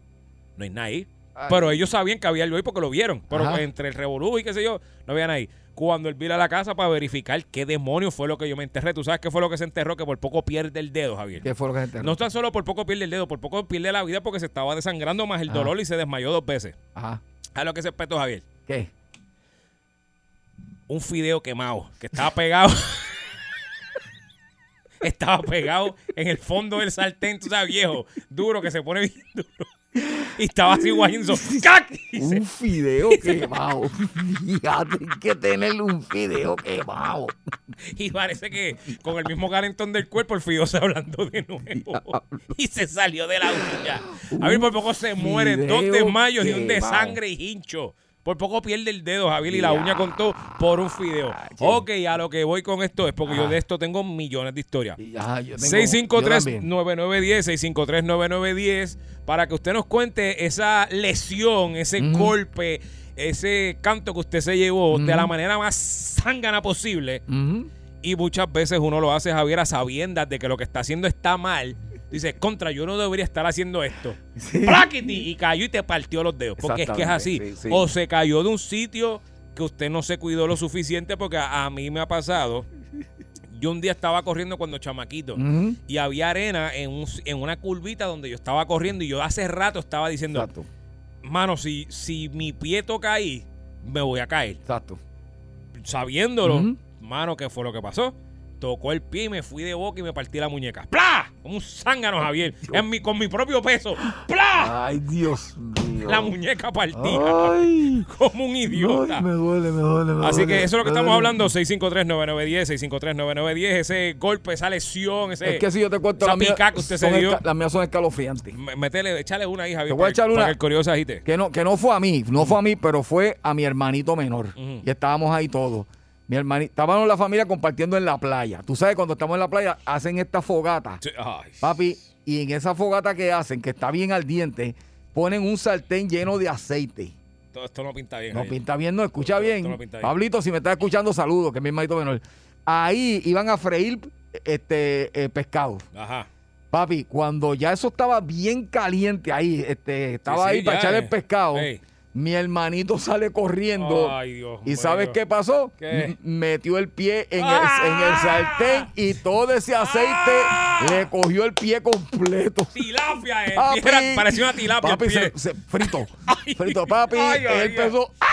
Speaker 10: no hay nada ahí.
Speaker 3: Ay.
Speaker 10: Pero ellos sabían que había algo ahí porque lo vieron. Pero pues,
Speaker 3: Ajá.
Speaker 10: entre el revolú y qué sé yo, no habían ahí. Cuando él vino a la casa para verificar qué demonio fue lo que yo me enterré. Tú sabes qué fue lo que se enterró, que por poco pierde el dedo, Javier.
Speaker 3: ¿Qué fue lo que se te
Speaker 10: No tan solo por poco pierde el dedo, por poco pierde la vida porque se estaba desangrando más el
Speaker 3: Ajá.
Speaker 10: dolor y se desmayó dos veces.
Speaker 3: Ah. Ajá.
Speaker 10: A lo que se espetó, Javier.
Speaker 3: ¿Qué?
Speaker 10: Un fideo quemado que estaba pegado. [LAUGHS] estaba pegado en el fondo del sartén, tú sabes, viejo, duro, que se pone bien duro. Y estaba
Speaker 3: [LAUGHS]
Speaker 10: así, guayinzo. ¡Cac! [LAUGHS] Y se-
Speaker 3: Un fideo quemado. Fíjate, hay que tener un fideo quemado.
Speaker 10: [LAUGHS] Y parece que con el mismo calentón del cuerpo, el fideo se hablando de
Speaker 3: [LAUGHS]
Speaker 10: nuevo. Y se salió de la uña. A ver, por poco se muere. Dos
Speaker 3: video
Speaker 10: desmayos y un
Speaker 3: quemado.
Speaker 10: de sangre y hincho. Por poco pierde el dedo, Javier, y la uña contó por un fideo. Ok, a lo que voy con esto es porque yo de esto tengo millones de historias.
Speaker 3: Y- ajá, yo tengo- yo también.
Speaker 10: 653-9910, 653-9910, para que usted nos cuente esa lesión, ese golpe, ese canto que usted se llevó de la manera más zángana posible.
Speaker 3: Ujú.
Speaker 10: Y muchas veces uno lo hace, Javier, a sabiendas de que lo que está haciendo está mal. Dice, contra, yo no debería estar haciendo esto. ¡Plaquiti! Y cayó y te partió los dedos. Porque es que es así.
Speaker 3: Exactamente, sí, sí.
Speaker 10: O se cayó de un sitio que usted no se cuidó lo suficiente porque a, a mí me ha pasado. Yo un día estaba corriendo cuando chamaquito
Speaker 3: Ujú.
Speaker 10: y había arena en, un- en una curvita donde yo estaba corriendo y yo hace rato estaba diciendo,
Speaker 3: Exacto,
Speaker 10: mano, si, si mi pie toca ahí, me voy a caer
Speaker 3: exacto.
Speaker 10: sabiéndolo,
Speaker 3: Ujú.
Speaker 10: mano, que fue lo que pasó. Tocó el pie y me fui de boca y me partí la muñeca. ¡Pla! Como un zángano,
Speaker 3: [LAUGHS]
Speaker 10: Javier. En mi, con mi propio peso. ¡Pla!
Speaker 3: Ay, Dios mío.
Speaker 10: La muñeca partida.
Speaker 3: Ay,
Speaker 10: [LAUGHS] Como un idiota.
Speaker 3: ay, me duele, me duele, me
Speaker 10: Así
Speaker 3: duele,
Speaker 10: que eso es lo que
Speaker 3: me
Speaker 10: estamos
Speaker 3: duele.
Speaker 10: hablando. 653-9910, 653-9910. Ese golpe, esa lesión, ese...
Speaker 3: Es que si yo te cuento
Speaker 10: esa
Speaker 3: la mía,
Speaker 10: pica que usted se
Speaker 3: son
Speaker 10: dio.
Speaker 3: esca- las mías son escalofriantes.
Speaker 10: M- Métele, échale una ahí, Javier.
Speaker 3: Te voy a
Speaker 10: para que-
Speaker 3: echar una.
Speaker 10: Para que el curioso agite.
Speaker 3: Que no, que no fue a mí, no fue a mí, pero fue a mi hermanito menor.
Speaker 10: Ujú.
Speaker 3: Y estábamos ahí todos. Mi hermanito, estábamos la familia compartiendo en la playa. Tú sabes, cuando estamos en la playa, hacen esta fogata,
Speaker 10: Sí, ay.
Speaker 3: papi, y en esa fogata que hacen, que está bien al diente, ponen un sartén lleno de aceite.
Speaker 10: Todo esto no pinta bien.
Speaker 3: No
Speaker 10: Javier.
Speaker 3: pinta bien, no escucha
Speaker 10: Esto- esto
Speaker 3: bien.
Speaker 10: no pinta bien.
Speaker 3: Pablito, si me estás escuchando, saludo, que es mi hermanito menor. Ahí iban a freír este eh, pescado.
Speaker 10: Ajá.
Speaker 3: Papi, cuando ya eso estaba bien caliente ahí, este, estaba
Speaker 10: sí,
Speaker 3: ahí para
Speaker 10: ya,
Speaker 3: echar
Speaker 10: eh.
Speaker 3: el pescado,
Speaker 10: Ey.
Speaker 3: mi hermanito sale corriendo.
Speaker 10: Ay, Dios
Speaker 3: ¿Y sabes
Speaker 10: mío.
Speaker 3: qué pasó?
Speaker 10: ¿Qué?
Speaker 3: M- Metió el pie en,
Speaker 10: ¡Ah!
Speaker 3: el, en el sartén y todo ese aceite
Speaker 10: ¡Ah!
Speaker 3: le cogió el pie completo.
Speaker 10: Tilapia, eh.
Speaker 3: Papi,
Speaker 10: Era- parecía una tilapia. el
Speaker 3: Papi,
Speaker 10: pie.
Speaker 3: se- se- frito.
Speaker 10: Ay.
Speaker 3: frito, papi.
Speaker 10: Ay, ay,
Speaker 3: él
Speaker 10: ay.
Speaker 3: empezó. ¡Ah!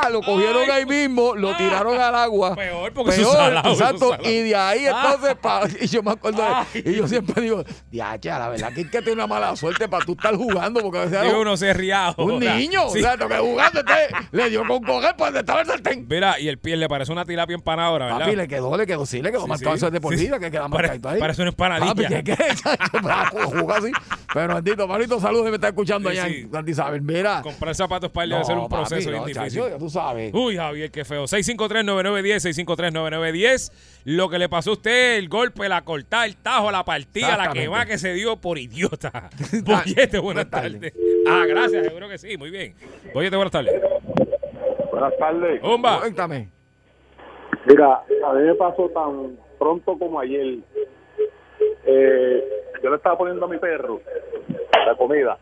Speaker 3: ¡Ah! Lo cogieron
Speaker 10: Ay, Ah.
Speaker 3: ahí mismo, lo tiraron al agua.
Speaker 10: Peor, porque eso es salado, eso es
Speaker 3: exacto.
Speaker 10: salado. Ah.
Speaker 3: Y de ahí entonces, pa- y yo me acuerdo de-
Speaker 10: Ay.
Speaker 3: Y yo siempre digo, diacha, la verdad que es que tiene una mala suerte para tú estar jugando, porque a veces
Speaker 10: Y uno se riado.
Speaker 3: un niño,
Speaker 10: Sí.
Speaker 3: o sea, lo que jugando este, le dio con coger pues donde estaba el sartén.
Speaker 10: Mira, y el pie le parece una tilapia empanadora, ¿verdad?
Speaker 3: Papi, le quedó, le quedó, sí, le quedó
Speaker 10: Sí,
Speaker 3: marcado
Speaker 10: sí.
Speaker 3: eso de por
Speaker 10: Sí,
Speaker 3: vida, que queda
Speaker 10: Pare-
Speaker 3: marcadito ahí.
Speaker 10: parece una empanadilla.
Speaker 3: Papi, [LAUGHS] ¿qué, qué? Juga así. Pero bendito, manito, saludos, me está escuchando
Speaker 10: Sí,
Speaker 3: allá
Speaker 10: sí.
Speaker 3: en Santa Isabel. Mira.
Speaker 10: Comprar zapatos para él debe
Speaker 3: No,
Speaker 10: ser un
Speaker 3: papi,
Speaker 10: proceso
Speaker 3: no,
Speaker 10: bien difícil.
Speaker 3: chacho, tú sabes.
Speaker 10: Uy, Javier, qué feo. 653-9910, 653-9910. Lo que le pasó a usted, el golpe, la cortada, el tajo, la partida, la
Speaker 3: Exactamente.
Speaker 10: quemada que se dio
Speaker 3: [LAUGHS]
Speaker 10: por idiota. Bollete, buenas
Speaker 3: buenas tardes.
Speaker 10: tardes. Ah, gracias, seguro que sí, muy bien. Bollete, buenas tardes.
Speaker 11: Buenas tardes.
Speaker 10: Bomba.
Speaker 3: Cuéntame.
Speaker 11: Mira, a mí me pasó tan pronto como ayer. Eh, yo le estaba poniendo a mi perro la comida.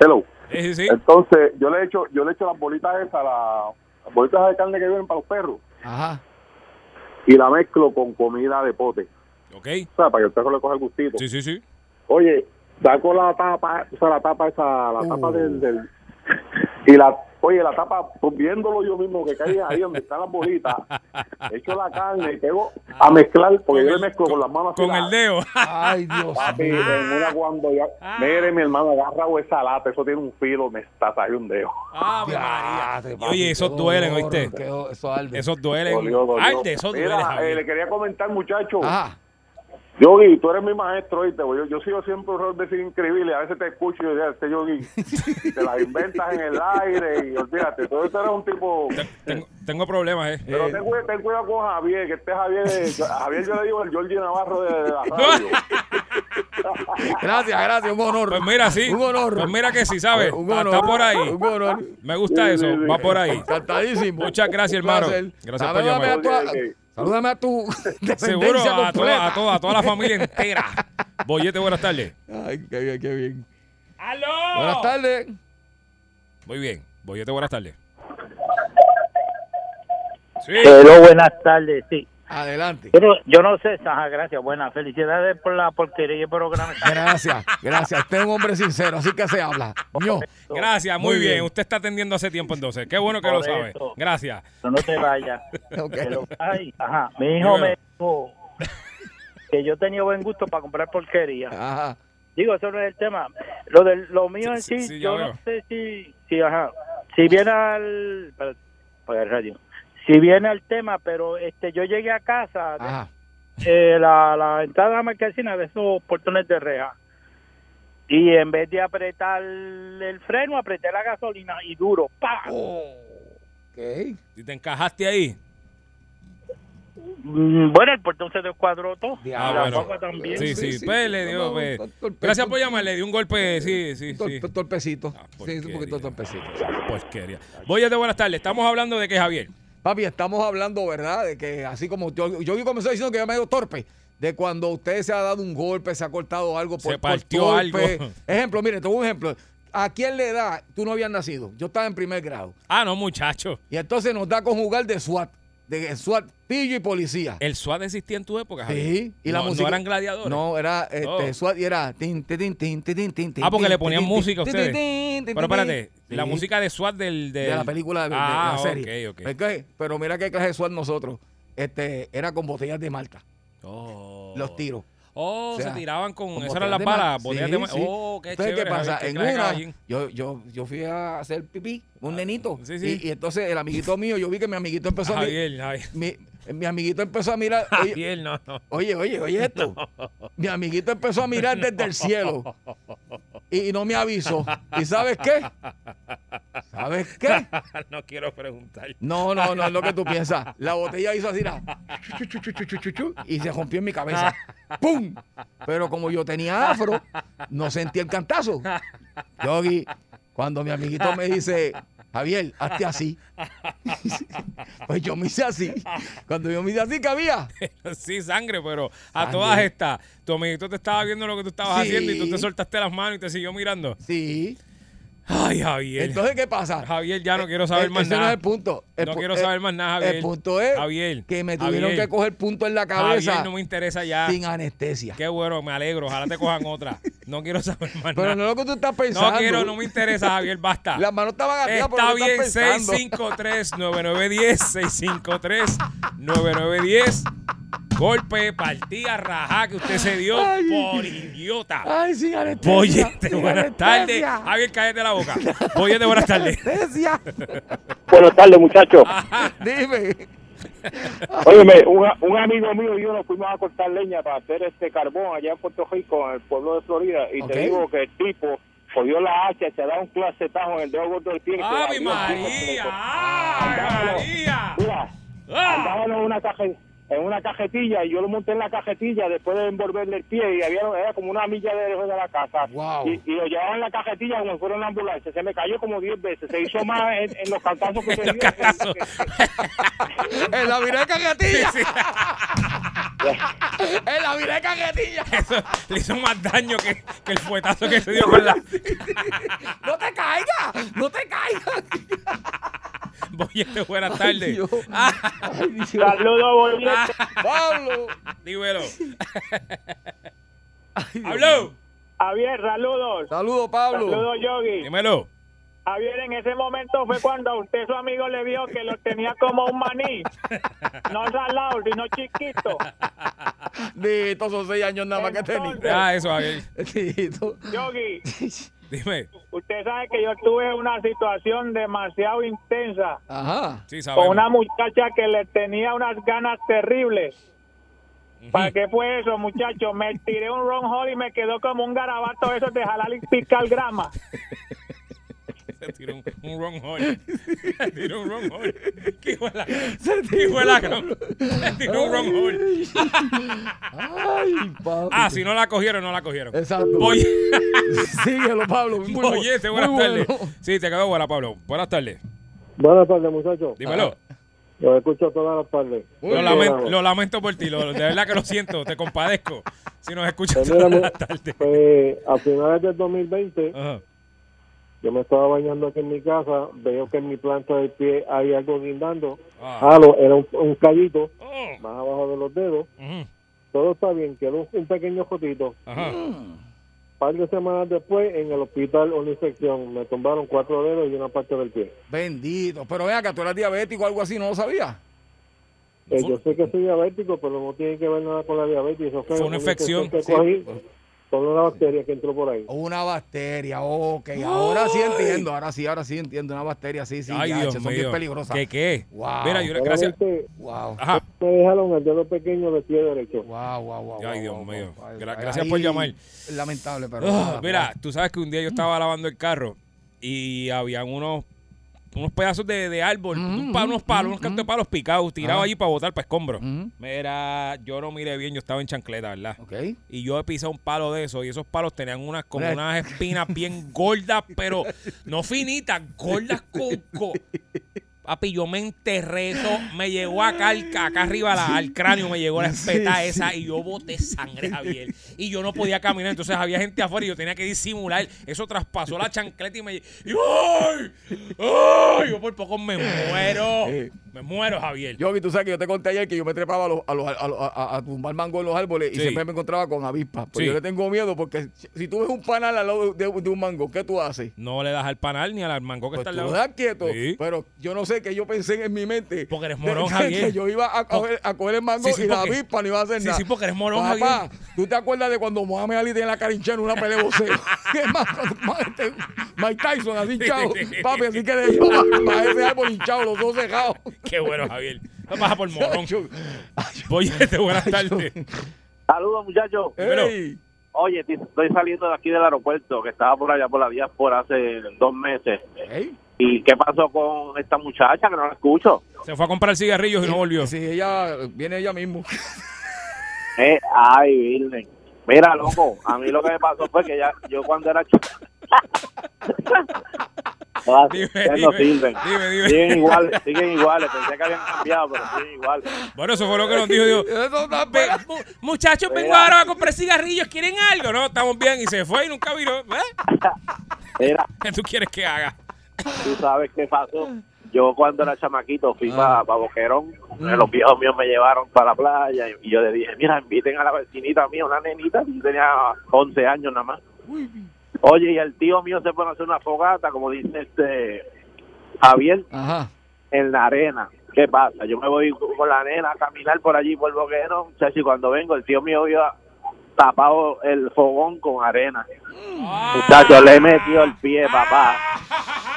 Speaker 11: Hello.
Speaker 10: Sí, sí, sí.
Speaker 11: Entonces, yo le echo, yo le echo las bolitas esas, la- las bolitas de carne que vienen para los perros,
Speaker 3: Ajá.
Speaker 11: y la mezclo con comida de pote.
Speaker 10: Ok.
Speaker 11: O sea, para que el perro le coja el gustito.
Speaker 10: Sí, sí, sí.
Speaker 11: Oye, saco la tapa, o sea, la tapa esa, la tapa
Speaker 3: Uh.
Speaker 11: del, del- y la, oye, la tapa, pues, viéndolo yo mismo que cae ahí donde están
Speaker 10: [LAUGHS]
Speaker 11: las bolitas, echo la carne, y pego a mezclar, porque yo le mezclo con, las manos así,
Speaker 10: Con
Speaker 11: la-
Speaker 10: el dedo. Ah.
Speaker 3: Ay, Dios
Speaker 11: Papi,
Speaker 3: mío.
Speaker 11: mira cuando yo, mire mi hermano, agarra esa lata, eso tiene un filo, me estasaje un dedo.
Speaker 10: Ave María.
Speaker 3: Diatre,
Speaker 10: Y
Speaker 3: papi,
Speaker 10: Oye,
Speaker 3: qué
Speaker 10: esos duelen,
Speaker 3: dolor,
Speaker 10: ¿oíste?
Speaker 3: qué do- Eso arde.
Speaker 10: Esos duelen.
Speaker 11: Dolió, dolió.
Speaker 10: Arde, esos duelen,
Speaker 11: Mira, eh, le
Speaker 10: Javier.
Speaker 11: quería comentar, muchacho.
Speaker 3: Ajá.
Speaker 11: Yogi, tú eres mi maestro, ¿oíste? pues Yo, yo sigo siempre un rol de ser increíble. A veces te escucho y yo digo, este Yogi, te las inventas en el aire y olvídate. Tú eres un tipo...
Speaker 10: Tengo, tengo problemas, ¿eh?
Speaker 11: Pero ten cuidado, ten cuidado con Javier, que este Javier... es- A Javier yo le digo el Georgie Navarro de, de la radio.
Speaker 3: Gracias, gracias, un honor.
Speaker 10: Pues mira, sí.
Speaker 3: Un honor.
Speaker 10: Pues mira que sí, ¿sabes?
Speaker 3: Un
Speaker 10: Ah,
Speaker 3: honor.
Speaker 10: Está por ahí.
Speaker 3: Un honor.
Speaker 10: Me gusta
Speaker 11: Sí,
Speaker 10: eso.
Speaker 11: sí, sí.
Speaker 10: Va por ahí.
Speaker 3: Encantadísimo.
Speaker 10: Muchas gracias,
Speaker 3: Un
Speaker 10: hermano.
Speaker 3: placer.
Speaker 10: Gracias por
Speaker 3: salúdame
Speaker 10: llamar.
Speaker 3: a tu, a,
Speaker 11: Ok, ok.
Speaker 3: salúdame a tu [LAUGHS]
Speaker 10: Seguro
Speaker 3: descendencia
Speaker 10: a toda,
Speaker 3: completa.
Speaker 10: a, toda, a toda la
Speaker 3: [LAUGHS]
Speaker 10: familia entera. Bollete, buenas tardes.
Speaker 3: Ay, qué bien, qué bien.
Speaker 10: ¡Aló!
Speaker 3: Buenas tardes.
Speaker 10: Muy bien. Bollete, buenas tardes. Sí.
Speaker 12: Pero buenas tardes, sí.
Speaker 3: Adelante.
Speaker 12: Yo no, yo no sé, ajá, gracias, buenas. Felicidades por la porquería y el programa.
Speaker 3: Gracias, gracias. Usted es un hombre sincero, así que se habla. Ño.
Speaker 10: Gracias, muy,
Speaker 3: Muy
Speaker 10: bien.
Speaker 3: bien.
Speaker 10: Usted está atendiendo hace tiempo entonces. Qué bueno que
Speaker 12: Por
Speaker 10: lo sabe.
Speaker 12: eso.
Speaker 10: Gracias.
Speaker 12: No, no te vayas.
Speaker 3: [LAUGHS] Ok.
Speaker 12: Que lo- ay, ajá, mi hijo me dijo que yo tenía buen gusto para comprar porquería.
Speaker 3: Ajá.
Speaker 12: Digo, eso no es el tema. Lo, del, lo mío en
Speaker 10: Sí,
Speaker 12: sí,
Speaker 10: sí, sí, ya
Speaker 12: yo
Speaker 10: veo.
Speaker 12: no sé si, si, ajá, si viene al... espérate, apaga el radio. Si viene al tema, pero este yo llegué a casa... de-
Speaker 3: Ajá.
Speaker 12: eh, la, la entrada a la marquesina de esos portones de reja. Y en vez de apretar el freno, apreté la gasolina y duro. ¡pa!
Speaker 3: Ok.
Speaker 10: Si te encajaste ahí.
Speaker 12: Mm, Bueno, el portón se descuadró todo.
Speaker 3: Diablo.
Speaker 12: la
Speaker 10: Ah, bueno.
Speaker 12: guagua también.
Speaker 10: Sí, sí.
Speaker 3: Sí, sí,
Speaker 10: pues, le
Speaker 3: no,
Speaker 10: dio,
Speaker 3: no,
Speaker 10: pues.
Speaker 3: un golpe-
Speaker 10: Gracias por llamar. Le di un golpe. Sí, sí, sí.
Speaker 3: Tor- tor- Torpecito.
Speaker 10: Ah,
Speaker 3: Sí, es un poquito
Speaker 10: porquería. Ah,
Speaker 3: torpecito.
Speaker 10: Porquería. Bollete, buenas tardes. Estamos hablando de que Javier.
Speaker 3: Papi, estamos hablando, ¿verdad? De que así como yo, yo comenzó diciendo que yo me dio torpe, de cuando usted se ha dado un golpe, se ha cortado algo por
Speaker 10: Se
Speaker 3: por
Speaker 10: partió
Speaker 3: torpe.
Speaker 10: algo.
Speaker 3: [LAUGHS] Ejemplo, mire, tengo un ejemplo. ¿A quién le da? Tú no habías nacido. Yo estaba en primer grado.
Speaker 10: Ah, no, muchacho.
Speaker 3: Y entonces nos da a conjugar de SWAT, de SWAT, pillo y policía.
Speaker 10: El SWAT existía en tu época, Javier.
Speaker 3: Sí, y la
Speaker 10: no,
Speaker 3: música.
Speaker 10: No eran gladiadores.
Speaker 3: No, era este,
Speaker 10: Oh.
Speaker 3: SWAT y era. tin, tin, tin, tin, tin, tin, tin, tin,
Speaker 10: Ah, porque le
Speaker 3: tin,
Speaker 10: ponían
Speaker 3: tin,
Speaker 10: música a
Speaker 3: tin,
Speaker 10: ustedes.
Speaker 3: tin, tin,
Speaker 10: Pero
Speaker 3: tin,
Speaker 10: espérate,
Speaker 3: tin.
Speaker 10: la
Speaker 3: Sí,
Speaker 10: música de SWAT del,
Speaker 3: de,
Speaker 10: del-
Speaker 3: la película de, de
Speaker 10: ah,
Speaker 3: la serie.
Speaker 10: ok, ok.
Speaker 3: Ok, Pero mira qué clase de SWAT nosotros. Este, era con botellas de Malta,
Speaker 10: Oh.
Speaker 3: los tiros.
Speaker 10: Oh,
Speaker 3: O sea,
Speaker 10: se tiraban con.
Speaker 3: con
Speaker 10: Esas eran las
Speaker 3: botellas de
Speaker 10: balas,
Speaker 3: ma-
Speaker 10: botellas
Speaker 3: sí,
Speaker 10: de ma-
Speaker 3: sí.
Speaker 10: Oh, qué
Speaker 3: entonces,
Speaker 10: chévere.
Speaker 3: ¿qué pasa?
Speaker 10: Javier, qué
Speaker 3: En
Speaker 10: clase de
Speaker 3: una,
Speaker 10: caballín.
Speaker 3: yo, yo, yo fui a hacer pipí, un nenito.
Speaker 10: Ah, sí, sí.
Speaker 3: Y, y entonces el amiguito mío, yo vi que mi amiguito empezó a mirar.
Speaker 10: Javier, Javier.
Speaker 3: Mi, mi amiguito empezó a mirar. oye,
Speaker 10: Javier, no, no.
Speaker 3: Oye, oye, oye
Speaker 10: [LAUGHS]
Speaker 3: esto. Mi amiguito empezó a mirar desde el cielo y, y no me avisó. ¿Y sabes qué? ¿Sabes qué?
Speaker 10: [LAUGHS] no quiero preguntar.
Speaker 3: No, no, no es lo que tú piensas. La botella hizo así, la, chu, chu, chu, chu, chu, chu, chu, y se rompió en mi cabeza. ¡Pum! Pero como yo tenía afro, no sentí el cantazo. Yogi, cuando mi amiguito me dice, Javier, hazte así. [LAUGHS] Pues yo me hice así. Cuando yo me hice así, cabía.
Speaker 10: Sí, sangre, pero a
Speaker 3: Sangre.
Speaker 10: todas estas. Tu amiguito te estaba viendo lo que tú estabas
Speaker 3: Sí.
Speaker 10: haciendo y tú te soltaste las manos y te siguió mirando.
Speaker 3: Sí.
Speaker 10: Ay, Javier.
Speaker 3: Entonces, ¿qué pasa?
Speaker 10: Javier, ya no quiero saber
Speaker 3: Eh,
Speaker 10: más
Speaker 3: ese
Speaker 10: nada.
Speaker 3: no es el punto. El
Speaker 10: no
Speaker 3: pu-
Speaker 10: quiero
Speaker 3: eh,
Speaker 10: saber más nada, Javier.
Speaker 3: El punto es
Speaker 10: Javier,
Speaker 3: que me tuvieron
Speaker 10: Javier.
Speaker 3: que coger punto en la cabeza.
Speaker 10: Javier, no me interesa ya.
Speaker 3: Sin anestesia. Pues,
Speaker 10: Qué bueno, me alegro. Ojalá te cojan otra. No quiero saber más
Speaker 3: Pero
Speaker 10: nada.
Speaker 3: no es lo que tú estás pensando.
Speaker 10: No quiero, no me interesa, Javier, basta.
Speaker 3: Las manos estaban arriba, pero
Speaker 10: Está
Speaker 3: no estás
Speaker 10: bien,
Speaker 3: pensando.
Speaker 10: 653-9910, 653-9910. Golpe, partida, rajá que usted se dio por idiota.
Speaker 3: Ay, sin anestesia.
Speaker 10: Boyete,
Speaker 3: sin
Speaker 10: buenas tardes.
Speaker 3: anestesia.
Speaker 10: Javier, cállate la boca. Boyete, buenas tardes. [LAUGHS]
Speaker 3: Anestesia.
Speaker 13: Buenas tardes, muchachos.
Speaker 3: Dime.
Speaker 13: Óyeme, un, a- un amigo mío y yo nos fuimos a cortar leña para hacer este carbón allá en Puerto Rico, en el pueblo de Florida, y
Speaker 10: Ok.
Speaker 13: te digo que el tipo cogió la hacha, se da un clasetazo en el dedo gordo del pie. y se
Speaker 10: ¡Ay,
Speaker 13: abrió el pie
Speaker 10: María!
Speaker 13: completo.
Speaker 10: ¡Ay, María!
Speaker 13: Mira, andábamos en una, caje- en una cajetilla y yo lo monté en la cajetilla después de envolverle el pie y había era como una milla de lejos de la casa. Y, y lo llevaba en la cajetilla como si fuera una ambulancia. Se me cayó como 10 veces. Se hizo más en, [LAUGHS] en los cantazos que se dio.
Speaker 3: En la viré cajetilla. [LAUGHS] en la viré cajetilla.
Speaker 10: Eso le hizo más daño que, que el fuetazo que se dio con la.
Speaker 3: ¡No te caigas! ¡No te caigas!
Speaker 10: Boyete, buenas tardes. Ah,
Speaker 13: Saludos,
Speaker 10: [LAUGHS]
Speaker 13: Boyete.
Speaker 3: Pablo. [LAUGHS]
Speaker 10: Dímelo. ¡Habló!
Speaker 13: Javier, saludos.
Speaker 3: Saludos, Pablo.
Speaker 13: Saludos, Yogi.
Speaker 10: Dímelo.
Speaker 13: Javier, en ese momento fue cuando a usted, su amigo, le dijo que lo tenía como un maní. No salado, sino chiquito.
Speaker 3: Dito, son seis años nada más que tenía.
Speaker 10: Ah, eso, Javier.
Speaker 3: Dito.
Speaker 13: Yogi,
Speaker 3: [LAUGHS]
Speaker 10: Dime.
Speaker 13: usted sabe que yo tuve una situación demasiado intensa
Speaker 3: Ajá.
Speaker 10: Sí,
Speaker 13: con
Speaker 10: sabemos.
Speaker 13: una muchacha que le tenía unas ganas terribles. ¿Para qué fue eso, muchacho? Me tiré un ron hole y me quedó como un garabato eso de jalar y picar grama.
Speaker 10: [LAUGHS] Se tiró un, un
Speaker 3: [LAUGHS]
Speaker 10: wrong hole. Se tiró un wrong hole. ¿Qué fue la Se tiró, la [LAUGHS] Se tiró un wrong hole.
Speaker 3: Ay, [LAUGHS] Pablo.
Speaker 10: Ah, si no la cogieron, no la cogieron.
Speaker 3: Exacto.
Speaker 10: Voy-
Speaker 3: [LAUGHS] Síguelo, Pablo. Muy bu-
Speaker 10: Boyete,
Speaker 3: muy
Speaker 10: buenas
Speaker 3: bueno.
Speaker 10: tardes. Sí, te quedó buena, Pablo. Buenas tardes.
Speaker 14: Buenas tardes, muchachos.
Speaker 10: Dímelo.
Speaker 14: Los escucho todas las tardes.
Speaker 10: Lo, lamen- lo lamento por ti, lo- de verdad que lo siento, te compadezco. Si nos escuchas [LAUGHS]
Speaker 14: Pues mira,
Speaker 10: todas
Speaker 14: mu-
Speaker 10: las tardes.
Speaker 14: pues, a finales del 2020,
Speaker 10: Ajá.
Speaker 14: yo me estaba bañando aquí en mi casa, veo que en mi planta del pie hay algo guindando.
Speaker 10: Ah.
Speaker 14: Jalo, era un, un callito, más abajo de los dedos. Todo está bien, quedó un, un pequeño jotito.
Speaker 10: Ajá.
Speaker 3: Mm.
Speaker 14: par de semanas después, en el hospital, una infección. Me tumbaron cuatro dedos y una parte del pie.
Speaker 3: Bendito. Pero vea que tú eras diabético o algo así, no lo sabía.
Speaker 14: Eh, yo sé que soy diabético, pero no tiene que ver nada con la diabetes. Eso fue,
Speaker 3: Fue una infección,
Speaker 14: que
Speaker 3: sí.
Speaker 14: cogí con una bacteria que entró por ahí.
Speaker 3: Una bacteria, ok. Ahora sí
Speaker 14: Ay.
Speaker 3: entiendo, ahora sí, ahora sí entiendo. Una bacteria, sí, sí.
Speaker 10: Ay,
Speaker 3: ya,
Speaker 10: Dios
Speaker 3: che, son bien
Speaker 10: mío.
Speaker 3: peligrosas.
Speaker 10: ¿Qué qué?
Speaker 3: Wow.
Speaker 10: Mira, yo le- gracias.
Speaker 14: Solamente
Speaker 3: Wow.
Speaker 10: Ajá.
Speaker 14: Me dejaron el dedo pequeño del pie derecho.
Speaker 3: Wow, wow, wow.
Speaker 10: Ay, Dios mío. Gra-
Speaker 3: Ahí-
Speaker 10: gracias por llamar.
Speaker 3: Lamentable, pero.
Speaker 10: Ah,
Speaker 3: nada,
Speaker 10: mira, tú sabes que un día yo estaba lavando el carro y había unos unos pedazos de, de árbol,
Speaker 3: Mm,
Speaker 10: un pa- unos palos, unos cantos de palos picados, tirados
Speaker 3: Ah.
Speaker 10: allí para botar para escombros.
Speaker 3: Ujú.
Speaker 10: Mira, yo no miré bien, yo estaba en chancleta, ¿verdad? Y yo he pisado un palo de esos y esos palos tenían unas como
Speaker 3: Mira.
Speaker 10: unas espinas bien gordas, pero no finitas, gordas con... con- Papi, yo me enterré eso, me llegó acá, al- acá arriba la- al cráneo, me llegó la
Speaker 3: [LAUGHS]
Speaker 10: espeta
Speaker 3: Sí, sí.
Speaker 10: esa y yo boté sangre, Javier. Y yo no podía caminar, entonces había gente afuera y yo tenía que disimular. Eso traspasó la chancleta y me... y- ¡Ay! ¡Ay! Yo por poco me muero. Me muero, Javier.
Speaker 3: Yo, pues. tú sabes que yo te conté ayer que yo me trepaba a, los, a, los, a, los- a- a tumbar mango en los árboles
Speaker 10: Sí.
Speaker 3: y siempre me encontraba con avispas. Pues
Speaker 10: Sí.
Speaker 3: yo le tengo miedo porque si- si tú ves un panal al lado de, de un mango, ¿qué tú haces?
Speaker 10: No le das al panal ni al mango que
Speaker 3: Pues
Speaker 10: está al
Speaker 3: tú
Speaker 10: lado.
Speaker 3: lo das quieto,
Speaker 10: Sí.
Speaker 3: pero yo no sé que yo pensé en mi mente. Porque eres
Speaker 10: morón,
Speaker 3: que,
Speaker 10: Javier.
Speaker 3: yo iba a coger, a coger el mango
Speaker 10: Sí, sí,
Speaker 3: y la
Speaker 10: porque-
Speaker 3: avispa no iba a hacer
Speaker 10: Sí,
Speaker 3: nada.
Speaker 10: sí, porque eres morón,
Speaker 3: Papá,
Speaker 10: Javier.
Speaker 3: ¿tú te acuerdas de cuando Mohamed Ali tenía la carinchera en una pelea de
Speaker 10: [LAUGHS]
Speaker 3: boxeo? ¿Qué más? cuando- más este- Mike Tyson, así hinchado. Papi, así que de yo para ese árbol hinchado, los dos cejados.
Speaker 10: Qué bueno, Javier. No pasa por morón. Boyete, buenas tardes.
Speaker 15: Saludos, muchachos.
Speaker 10: Ey.
Speaker 15: Oye, t- estoy saliendo de aquí del aeropuerto, que estaba por allá por la diáspora hace dos meses. ¿Y qué pasó con esta muchacha que no la escucho?
Speaker 10: Se fue a comprar cigarrillos y no volvió.
Speaker 3: Sí, ella viene ella mismo.
Speaker 15: Eh, ay, Virgen. Mira, loco, a mí lo que me pasó fue que ya, yo cuando era
Speaker 10: [LAUGHS]
Speaker 15: chico... Ah, ya no sirven.
Speaker 10: dime, dime.
Speaker 15: Siguen iguales, siguen iguales. Pensé que habían cambiado, pero siguen iguales.
Speaker 10: Bueno, eso fue lo que nos dijo. dijo "Ve, mu- muchachos, vengo
Speaker 15: Mira.
Speaker 10: ahora a comprar cigarrillos. ¿Quieren algo? No, estamos bien. Y se fue y nunca vino. ¿Eh?
Speaker 15: Era,
Speaker 10: ¿Qué [LAUGHS] tú quieres que haga?
Speaker 15: tú sabes qué pasó. Yo cuando era chamaquito fui para, Boquerón, los viejos míos me llevaron para la playa y, y yo le dije, mira, inviten a la vecinita mía, una nenita, yo tenía 11 años nada más. Oye, y el tío mío se pone a hacer una fogata, como dice este Javier, en la arena. ¿Qué pasa? Yo me voy con la nena a caminar por allí, por el boquero. Chachi, cuando vengo, el tío mío iba tapado el fogón con arena. Muchachos, le he metido el pie, papá.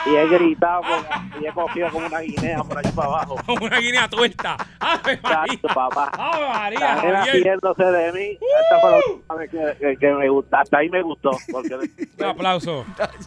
Speaker 15: Y he gritado con- y he cogido como una guinea por allí para
Speaker 10: [LAUGHS]
Speaker 15: abajo.
Speaker 10: Una guinea tuerta. ¡Ave María! ¡Ave María,
Speaker 15: La nena
Speaker 10: Javier!
Speaker 15: riéndose de mí. Esta fue la última vez que, que- que me gustó. Hasta ahí me gustó. Porque
Speaker 10: Un aplauso.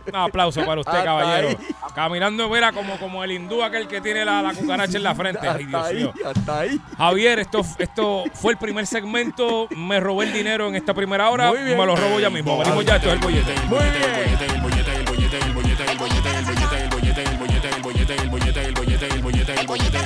Speaker 10: Un aplauso para usted,
Speaker 15: Hasta
Speaker 10: caballero. Caminando, mira, como, como el hindú aquel que tiene la, la cucaracha en la frente. Ay, Dios mío.
Speaker 3: hasta ahí.
Speaker 10: Javier, esto, esto fue el primer segmento. Me robé el dinero en esta primera hora.
Speaker 16: Muy bien.
Speaker 10: Me lo robo ya mismo. Venimos ya, esto es el bollete.
Speaker 16: Muy bien. El bollete, el bollete, el bollete, el bollete, el bollete, el bollete, el bollete, el bollete, el bollete, el bollete, el bollete, el bollete.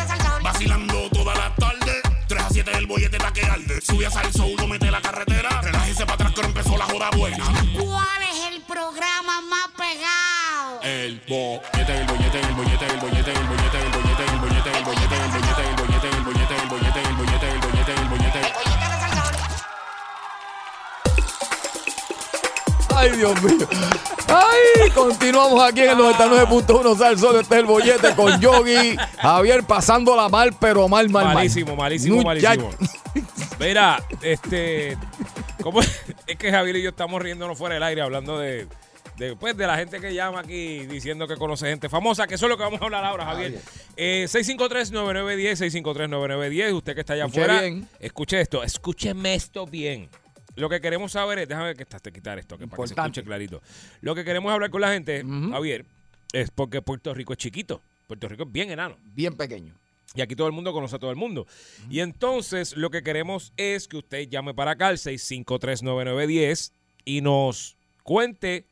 Speaker 16: Vacilando toda la tarde. 3 a 7 el bollete está que arde. Sube a salso, uno mete la carretera. Relájese para atrás que ahora empezó la joda buena.
Speaker 17: ¿Cuál es el programa más pegado?
Speaker 16: El bollete, el bollete, el bollete, el bollete, el bollete, el bollete, el bollete, el bollete, el bollete, el bollete, el bollete, el bollete, el bollete, el bollete, el bollete.
Speaker 3: Ay, Dios mío. Ay, continuamos aquí en el 99.1 Sal Sol. Este es el bollete con Yogi. Javier pasándola mal, pero mal, mal, mal.
Speaker 10: Malísimo, malísimo,
Speaker 3: Muchacho.
Speaker 10: malísimo. Mira, este. ¿cómo [LAUGHS] es? Es que Javier y yo estamos riéndonos fuera del aire hablando de. de, pues, de la gente que llama aquí diciendo que conoce gente famosa, que eso es lo que vamos a hablar ahora, Javier. Eh, 653-9910, 653-9910, usted que está allá
Speaker 3: Escuche
Speaker 10: afuera.
Speaker 3: bien.
Speaker 10: Escuche esto, escúcheme esto bien. Lo que queremos saber es, déjame ver que estás, te quitar esto, que para que se
Speaker 3: Importante.
Speaker 10: escuche clarito. Lo que queremos hablar con la gente, Javier, es porque Puerto Rico es chiquito. Puerto Rico es bien enano.
Speaker 3: Bien pequeño.
Speaker 10: Y aquí todo el mundo conoce a todo el mundo. Y entonces lo que queremos es que usted llame para acá al 6539910 y nos cuente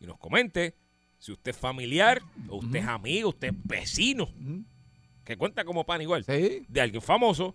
Speaker 10: y nos comente si usted es familiar, o usted es amigo, usted es vecino, que cuenta como pan igual, de alguien famoso.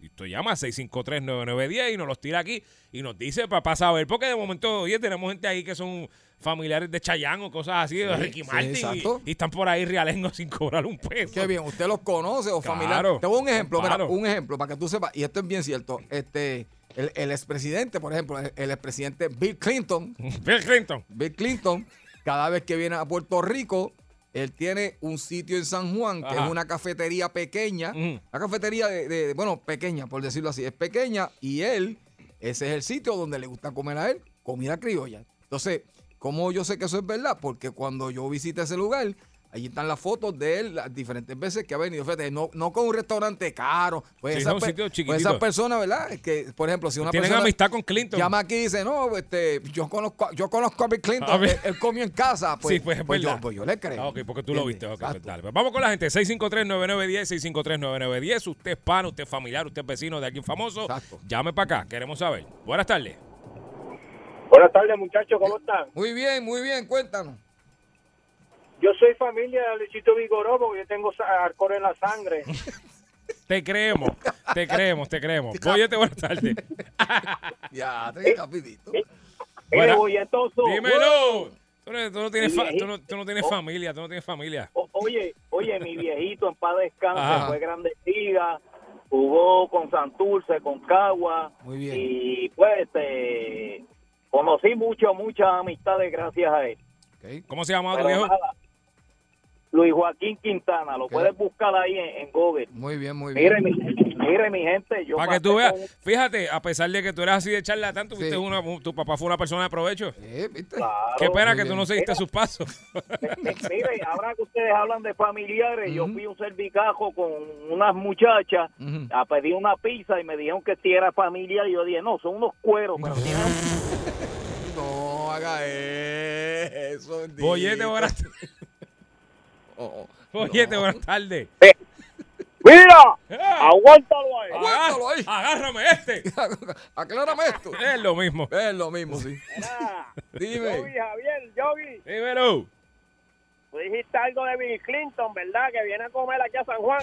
Speaker 10: Y usted llama a 6539910 y nos los tira aquí y nos dice papá saber, porque de momento, oye, tenemos gente ahí que son familiares de Chayanne o cosas así, de
Speaker 3: Sí,
Speaker 10: Ricky
Speaker 3: sí,
Speaker 10: Martin, y-
Speaker 3: exacto.
Speaker 10: y, están por ahí realengo [LAUGHS] sin cobrar un peso.
Speaker 3: Qué bien, usted los conoce o familiar.
Speaker 10: Claro,
Speaker 3: Te voy a un ejemplo, mira,
Speaker 10: claro.
Speaker 3: un ejemplo para que tú sepas, y esto es bien cierto. Este, el, el expresidente, por ejemplo, el, el expresidente Bill Clinton.
Speaker 10: [LAUGHS] Bill Clinton.
Speaker 3: Bill Clinton, cada vez que viene a Puerto Rico, él tiene un sitio en San Juan, que
Speaker 10: Ajá.
Speaker 3: es una cafetería pequeña. Una cafetería de, de- bueno, pequeña, por decirlo así, es pequeña, y él, ese es el sitio donde le gusta comer a él, comida criolla. Entonces, ¿cómo yo sé que eso es verdad? Porque cuando yo visité ese lugar, allí están las fotos de él las diferentes veces que ha venido. Fíjate, no, no con un restaurante caro. Pues
Speaker 10: Sí,
Speaker 3: esas
Speaker 10: es un
Speaker 3: pe-
Speaker 10: sitio
Speaker 3: pues
Speaker 10: chiquitito.
Speaker 3: esas personas, ¿verdad? Que, por ejemplo, si una
Speaker 10: Tienen
Speaker 3: persona
Speaker 10: amistad con Clinton.
Speaker 3: Llama aquí y dice, no, este, yo conozco, a- yo conozco a Bill Clinton,
Speaker 10: A ver.
Speaker 3: él, él comió en casa. Pues,
Speaker 10: sí, pues es
Speaker 3: pues yo-
Speaker 10: verdad.
Speaker 3: pues yo le creo.
Speaker 10: Ah, ok, porque tú lo viste. ok, pues dale. Pues vamos con la gente. 653-9910, 653-9910. Usted es pan, usted es familiar, usted es vecino de alguien famoso. Llame para acá, queremos saber. Buenas tardes.
Speaker 12: Buenas tardes, muchachos, ¿cómo están?
Speaker 3: Muy bien, muy bien, cuéntanos.
Speaker 12: Yo soy familia de Luisito Vigoró porque yo tengo sa- alcohol en la
Speaker 3: [LAUGHS]
Speaker 12: sangre.
Speaker 10: Te creemos, te creemos, te creemos. Boyete, buenas tardes.
Speaker 3: [LAUGHS] ya, te
Speaker 12: Eh,
Speaker 3: rapidito.
Speaker 10: Buena-
Speaker 12: bolletoso.
Speaker 10: Dímelo. Tú no, tú no tienes fa-
Speaker 12: Sí,
Speaker 10: tú no- tú no tienes
Speaker 12: oh.
Speaker 10: familia, tú no tienes familia.
Speaker 12: O- oye, oye, mi viejito en paz descanse
Speaker 10: Ajá.
Speaker 12: fue grande liga, jugó con Santurce, con Cagua.
Speaker 3: Muy
Speaker 10: bien.
Speaker 12: Y pues este, conocí mucho, muchas amistades gracias a él.
Speaker 10: ¿Cómo se llamaba tu
Speaker 12: Pero
Speaker 10: viejo?
Speaker 12: nada, Luis Joaquín Quintana, lo puedes buscar ahí en, en Google.
Speaker 3: Muy bien, muy
Speaker 12: Mire, mi, mire, mi gente, yo
Speaker 10: Para que
Speaker 12: pasé
Speaker 10: tú veas,
Speaker 12: con-
Speaker 10: fíjate, a pesar de que tú eras así de charlatán, tuviste una, tu papá fue una persona de provecho.
Speaker 12: Claro.
Speaker 10: Qué pena
Speaker 12: Muy
Speaker 10: que tú no
Speaker 12: bien.
Speaker 10: seguiste sus pasos.
Speaker 12: Mire, ahora que ustedes hablan de familiares, yo fui a un cervicajo con unas muchachas a pedir una pizza y me dijeron que si era familiar y yo dije, no, son unos cueros. Pero tienen-
Speaker 3: No haga [LAUGHS] eso. bendito.
Speaker 10: Bollete,
Speaker 3: [LAUGHS]
Speaker 10: buenas tardes.
Speaker 3: Oh, oh.
Speaker 10: Bollete, buenas tardes.
Speaker 18: Eh,
Speaker 12: ¡Mira!
Speaker 10: Eh.
Speaker 12: ¡Aguántalo ahí!
Speaker 3: Aguántalo ahí.
Speaker 10: Ah, Agárrame este.
Speaker 3: [LAUGHS] Aclárame esto.
Speaker 10: Es lo mismo.
Speaker 3: Es lo mismo, sí. [LAUGHS] Dime.
Speaker 12: Javier, Yogi,
Speaker 10: Dímelo.
Speaker 18: Tú dijiste algo de Bill Clinton, ¿verdad? Que viene a comer aquí a San Juan.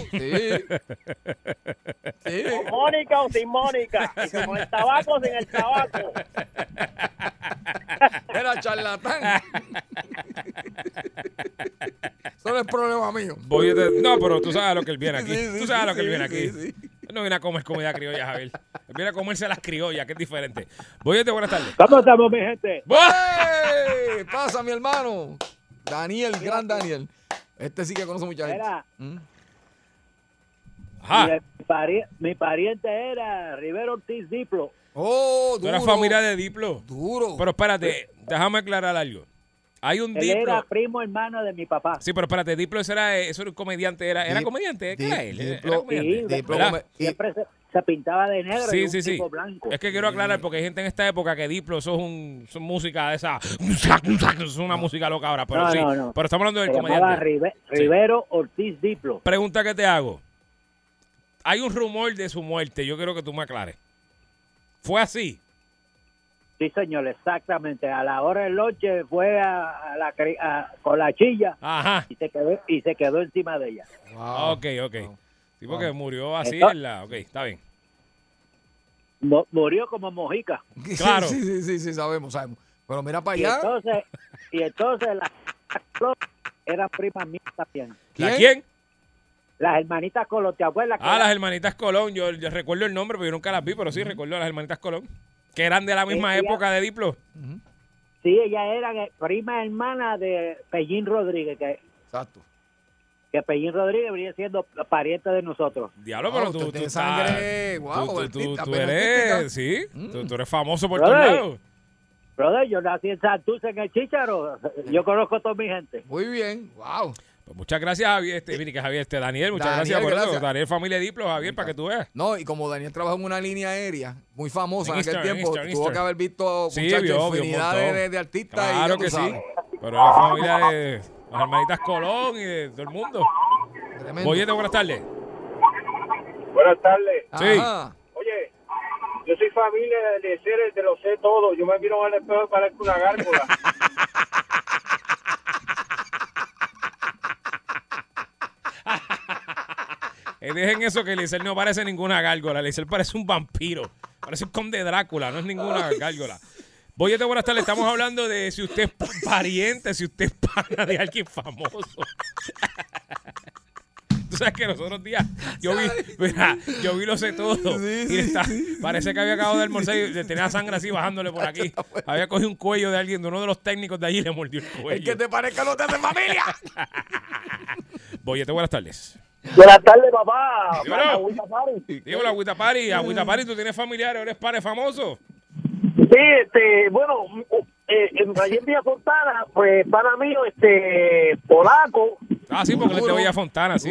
Speaker 18: ¿Con Mónica o sin Mónica? Y ¿Con el tabaco o sin el tabaco?
Speaker 3: Era charlatán. Eso no es problema mío.
Speaker 10: Voy de- no, pero tú sabes lo que
Speaker 3: [LAUGHS]
Speaker 10: él viene aquí. tú sabes lo que él viene aquí. Él no viene a comer comida criolla, Javier. Él viene a comerse las criollas, que es diferente. Voy de buenas tardes.
Speaker 18: ¿Cómo estamos, mi gente?
Speaker 3: ¡Ey! Pasa, mi hermano. Daniel, gran Daniel. Este sí que conoce mucha gente.
Speaker 18: Mira.
Speaker 3: Mm.
Speaker 18: Mi, pari- mi pariente era Rivero Ortiz Diplo.
Speaker 3: Oh,
Speaker 10: Tú eras familia de Diplo. Duro. Pero espérate, déjame aclarar algo. Hay un
Speaker 18: Él era
Speaker 10: Diplo.
Speaker 18: primo hermano de mi papá.
Speaker 10: Sí, pero espérate, Diplo ese era, eh, eso era un comediante, era, era
Speaker 18: Dip-
Speaker 10: comediante, ¿qué
Speaker 18: Dip-
Speaker 10: era él? Era- era
Speaker 18: Diplo-
Speaker 10: comediante,
Speaker 18: Sí, Diplo
Speaker 10: ¿verdad?
Speaker 18: come- Siempre se, se pintaba de negro y
Speaker 10: Sí,
Speaker 18: un
Speaker 10: sí, sí.
Speaker 18: tipo blanco.
Speaker 10: Es que quiero aclarar porque hay gente en esta época que Diplo, eso es un, eso es música de esa, [LAUGHS] es una música loca ahora, pero
Speaker 18: No,
Speaker 10: sí,
Speaker 18: no, no.
Speaker 10: pero estamos hablando del
Speaker 18: Se llamaba
Speaker 10: comediante.
Speaker 18: Rive-
Speaker 10: Sí.
Speaker 18: Rivero Ortiz Diplo.
Speaker 10: Pregunta que te hago. Hay un rumor de su muerte, yo quiero que tú me aclares. ¿Fue así?
Speaker 18: Sí, señor, exactamente. A la hora del noche fue a, a la, cri- a- con la chilla
Speaker 10: Ajá.
Speaker 18: Y, se quedó, y se quedó encima de ella.
Speaker 10: Ok, ok. Sí, porque
Speaker 18: Wow.
Speaker 10: murió así
Speaker 18: Está-
Speaker 10: en la... Ok, está bien.
Speaker 18: Mu- murió como mojica.
Speaker 3: [LAUGHS]
Speaker 10: Claro.
Speaker 3: Sí, sí, sí, sí, sabemos, sabemos. Pero mira para
Speaker 18: Y
Speaker 3: allá.
Speaker 18: entonces, y entonces las eran primas mías también.
Speaker 10: ¿La quién?
Speaker 18: Las hermanitas Colón, ¿te acuerdas? que
Speaker 10: Ah,
Speaker 18: eran-
Speaker 10: las hermanitas Colón. Yo, yo recuerdo el nombre, pero yo nunca las vi, pero sí recuerdo a las hermanitas Colón. Que eran de la misma
Speaker 18: Ella-
Speaker 10: época de Diplo.
Speaker 18: Sí, ella era eh, prima hermana de Pellín Rodríguez. Que,
Speaker 3: Exacto.
Speaker 18: Que Pellín Rodríguez venía siendo pariente de nosotros.
Speaker 10: Diablo, pero tú, tú estás-
Speaker 18: guau,
Speaker 10: tú- tú-
Speaker 18: artista,
Speaker 10: tú
Speaker 18: pero
Speaker 10: eres,
Speaker 18: artística.
Speaker 10: sí, tú,
Speaker 3: Mm.
Speaker 10: tú eres famoso por todos
Speaker 18: Brother.
Speaker 10: lados.
Speaker 18: Brother, yo nací en Santurce, en el Chícharo. Yo conozco a toda mi gente.
Speaker 3: Muy bien, wow.
Speaker 10: Pues muchas gracias, Javier, este, mire, que Javier, este, Daniel, muchas
Speaker 3: Daniel,
Speaker 10: gracias por
Speaker 3: gracias.
Speaker 10: eso. Daniel, familia de Diplo, Javier, para que tú veas.
Speaker 3: No, y como Daniel trabaja en una línea aérea muy famosa en,
Speaker 10: En Eastern,
Speaker 3: aquel tiempo,
Speaker 10: Eastern,
Speaker 3: tuvo
Speaker 10: Eastern.
Speaker 3: que haber visto
Speaker 10: Sí,
Speaker 3: muchachos,
Speaker 10: vio, vio un
Speaker 3: infinidad
Speaker 10: montón.
Speaker 3: Oh, de, de artistas. y ya
Speaker 10: Claro
Speaker 3: tú
Speaker 10: que sí.
Speaker 3: sabes.
Speaker 10: Pero la familia de las hermanitas Colón y de todo el mundo.
Speaker 3: Tremendo.
Speaker 10: Oye, buenas tardes.
Speaker 19: Buenas tardes.
Speaker 10: Sí.
Speaker 19: Oye, yo soy familia de seres de lo sé todo. Yo me miro al espejo para que una gárgola.
Speaker 10: Eh, dejen eso que Liesel no parece ninguna gárgola. Liesel parece un vampiro. Parece un conde Drácula, no es ninguna gárgola. Boyete, buenas tardes. Estamos hablando de si usted es pa- pariente, si usted es pana de alguien famoso. Tú sabes que los otros días yo vi, mira, yo vi lo sé todo. y está- parece que había acabado de almorzar y le tenía sangre así bajándole por aquí. Había cogido un cuello de alguien, de uno de los técnicos de allí y le mordió el cuello.
Speaker 3: El que te parezca no te hace familia.
Speaker 10: Boyete, buenas tardes.
Speaker 12: Buenas tardes, papá.
Speaker 10: Dímelo.
Speaker 12: Mano, agüita party.
Speaker 10: [LAUGHS]
Speaker 12: Mm.
Speaker 10: Digo, la Agüita Pari, Agüita Pari, tú tienes familiares, eres pares famoso.
Speaker 12: Sí, este, bueno, eh, en ayer vi a Fontana, pues para mí, este, polaco,
Speaker 10: Ah, sí, porque le te voy a Fontana, sí.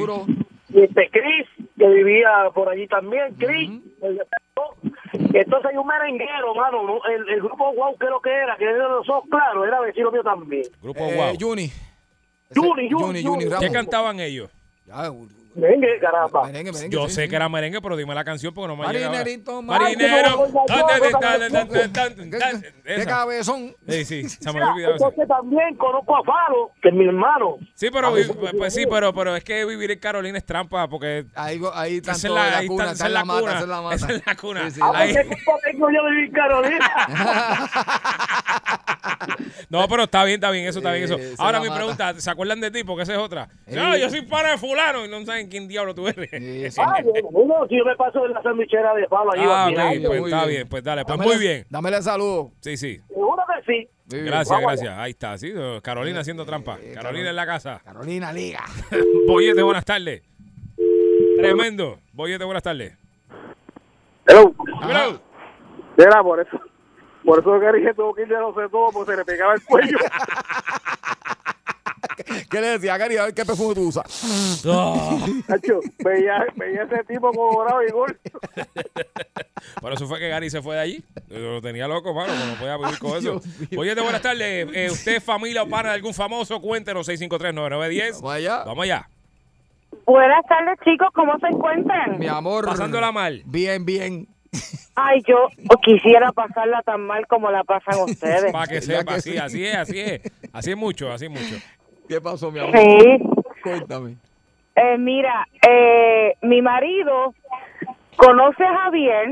Speaker 12: y este Chris, que vivía por allí también, Chris. el de- Entonces hay un merenguero, mano, ¿no? el, el grupo Wow, creo que era, que era de los ojos claros, era vecino mío también.
Speaker 10: Grupo Guau.
Speaker 3: Eh, Juni.
Speaker 12: Juni, Juni, Juni.
Speaker 10: ¿Qué cantaban ellos?
Speaker 12: Merengue, carapa.
Speaker 10: Yo sé que era merengue, pero dime la canción porque no me ha llegado.
Speaker 3: Marinerito,
Speaker 10: Marinero.
Speaker 3: marinerito,
Speaker 10: tan, tan, tan, tan, tan, tan, tan,
Speaker 3: Qué
Speaker 10: esa.
Speaker 3: cabezón.
Speaker 10: Sí, sí, se me
Speaker 12: Mira,
Speaker 10: había olvidado. esa.
Speaker 12: Entonces también conozco a Faro, que es mi hermano.
Speaker 10: Sí, pero,
Speaker 12: Ah,
Speaker 10: vi- pues sí, pero, pero es que vivir en Carolina es trampa porque
Speaker 3: ahí, ahí
Speaker 10: esa es
Speaker 3: tanto la
Speaker 10: ahí
Speaker 3: cuna,
Speaker 10: está-
Speaker 3: está
Speaker 10: esa
Speaker 3: en
Speaker 10: es
Speaker 3: la
Speaker 10: la
Speaker 3: mata,
Speaker 10: cuna,
Speaker 3: esa es la mata.
Speaker 10: esa es la cuna.
Speaker 3: Sí, sí,
Speaker 12: Ah,
Speaker 10: Ahí-
Speaker 12: ¿Qué culpa tengo yo de vivir en
Speaker 10: [LAUGHS]
Speaker 12: Carolina? Ah,
Speaker 10: No, pero está bien, está bien, eso está bien. Eso.
Speaker 3: Sí, Eh, se
Speaker 10: Ahora
Speaker 3: la
Speaker 10: mi
Speaker 3: mata. Eh.
Speaker 10: pregunta, ¿se acuerdan de ti? Porque esa es otra.
Speaker 3: Sí.
Speaker 10: No, yo soy para de fulano y no saben quién diablo tú [LAUGHS] eres.
Speaker 12: Ah, bueno, bueno, si yo me paso de la sandwichera de Faro ahí.
Speaker 10: Ah,
Speaker 12: vacilando.
Speaker 10: ok, pues
Speaker 3: Muy
Speaker 10: está
Speaker 3: bien.
Speaker 10: bien, pues dale, pues
Speaker 3: Dámele-
Speaker 10: muy bien.
Speaker 3: Dámele saludo.
Speaker 10: Sí, sí.
Speaker 12: Seguro que sí.
Speaker 10: Gracias, gracias. Ahí está, sí. eh, Carolina haciendo trampa.
Speaker 3: eh,
Speaker 10: Carolina en la casa.
Speaker 3: Carolina Liga.
Speaker 10: Boyete, buenas tardes. Tremendo. Boyete, buenas tardes.
Speaker 19: Hello.
Speaker 10: Hello.
Speaker 19: Era por eso. Por eso que dije tuvo que ir de lo sé todo, porque se le pegaba el cuello.
Speaker 3: [LAUGHS] ¿Qué le decía, Cari? A ver qué perfume tú
Speaker 10: [LAUGHS]
Speaker 3: usas.
Speaker 19: Nacho, veía, veía ese tipo como bravo y gol.
Speaker 10: Por eso fue que Gary se fue de allí. Yo Lo tenía loco, mano, como no
Speaker 3: [LAUGHS]
Speaker 10: podía vivir con eso. Boyete, buenas tardes. Eh, ¿Usted es familia o pana de algún famoso? Cuéntenos 653-9910. Vamos
Speaker 3: allá.
Speaker 10: Vamos allá.
Speaker 20: Buenas tardes, chicos. ¿Cómo se encuentran?
Speaker 3: Mi amor.
Speaker 10: Pasándola mal.
Speaker 3: Bien, bien.
Speaker 20: Ay, yo quisiera pasarla
Speaker 10: [LAUGHS]
Speaker 20: tan mal como la pasan ustedes.
Speaker 10: Para que sepa, sí, así es, así es. Así es mucho, así es mucho.
Speaker 3: ¿Qué pasó, mi amor?
Speaker 20: Sí.
Speaker 3: Cuéntame.
Speaker 20: Eh, mira, eh, mi marido conoce a Javier.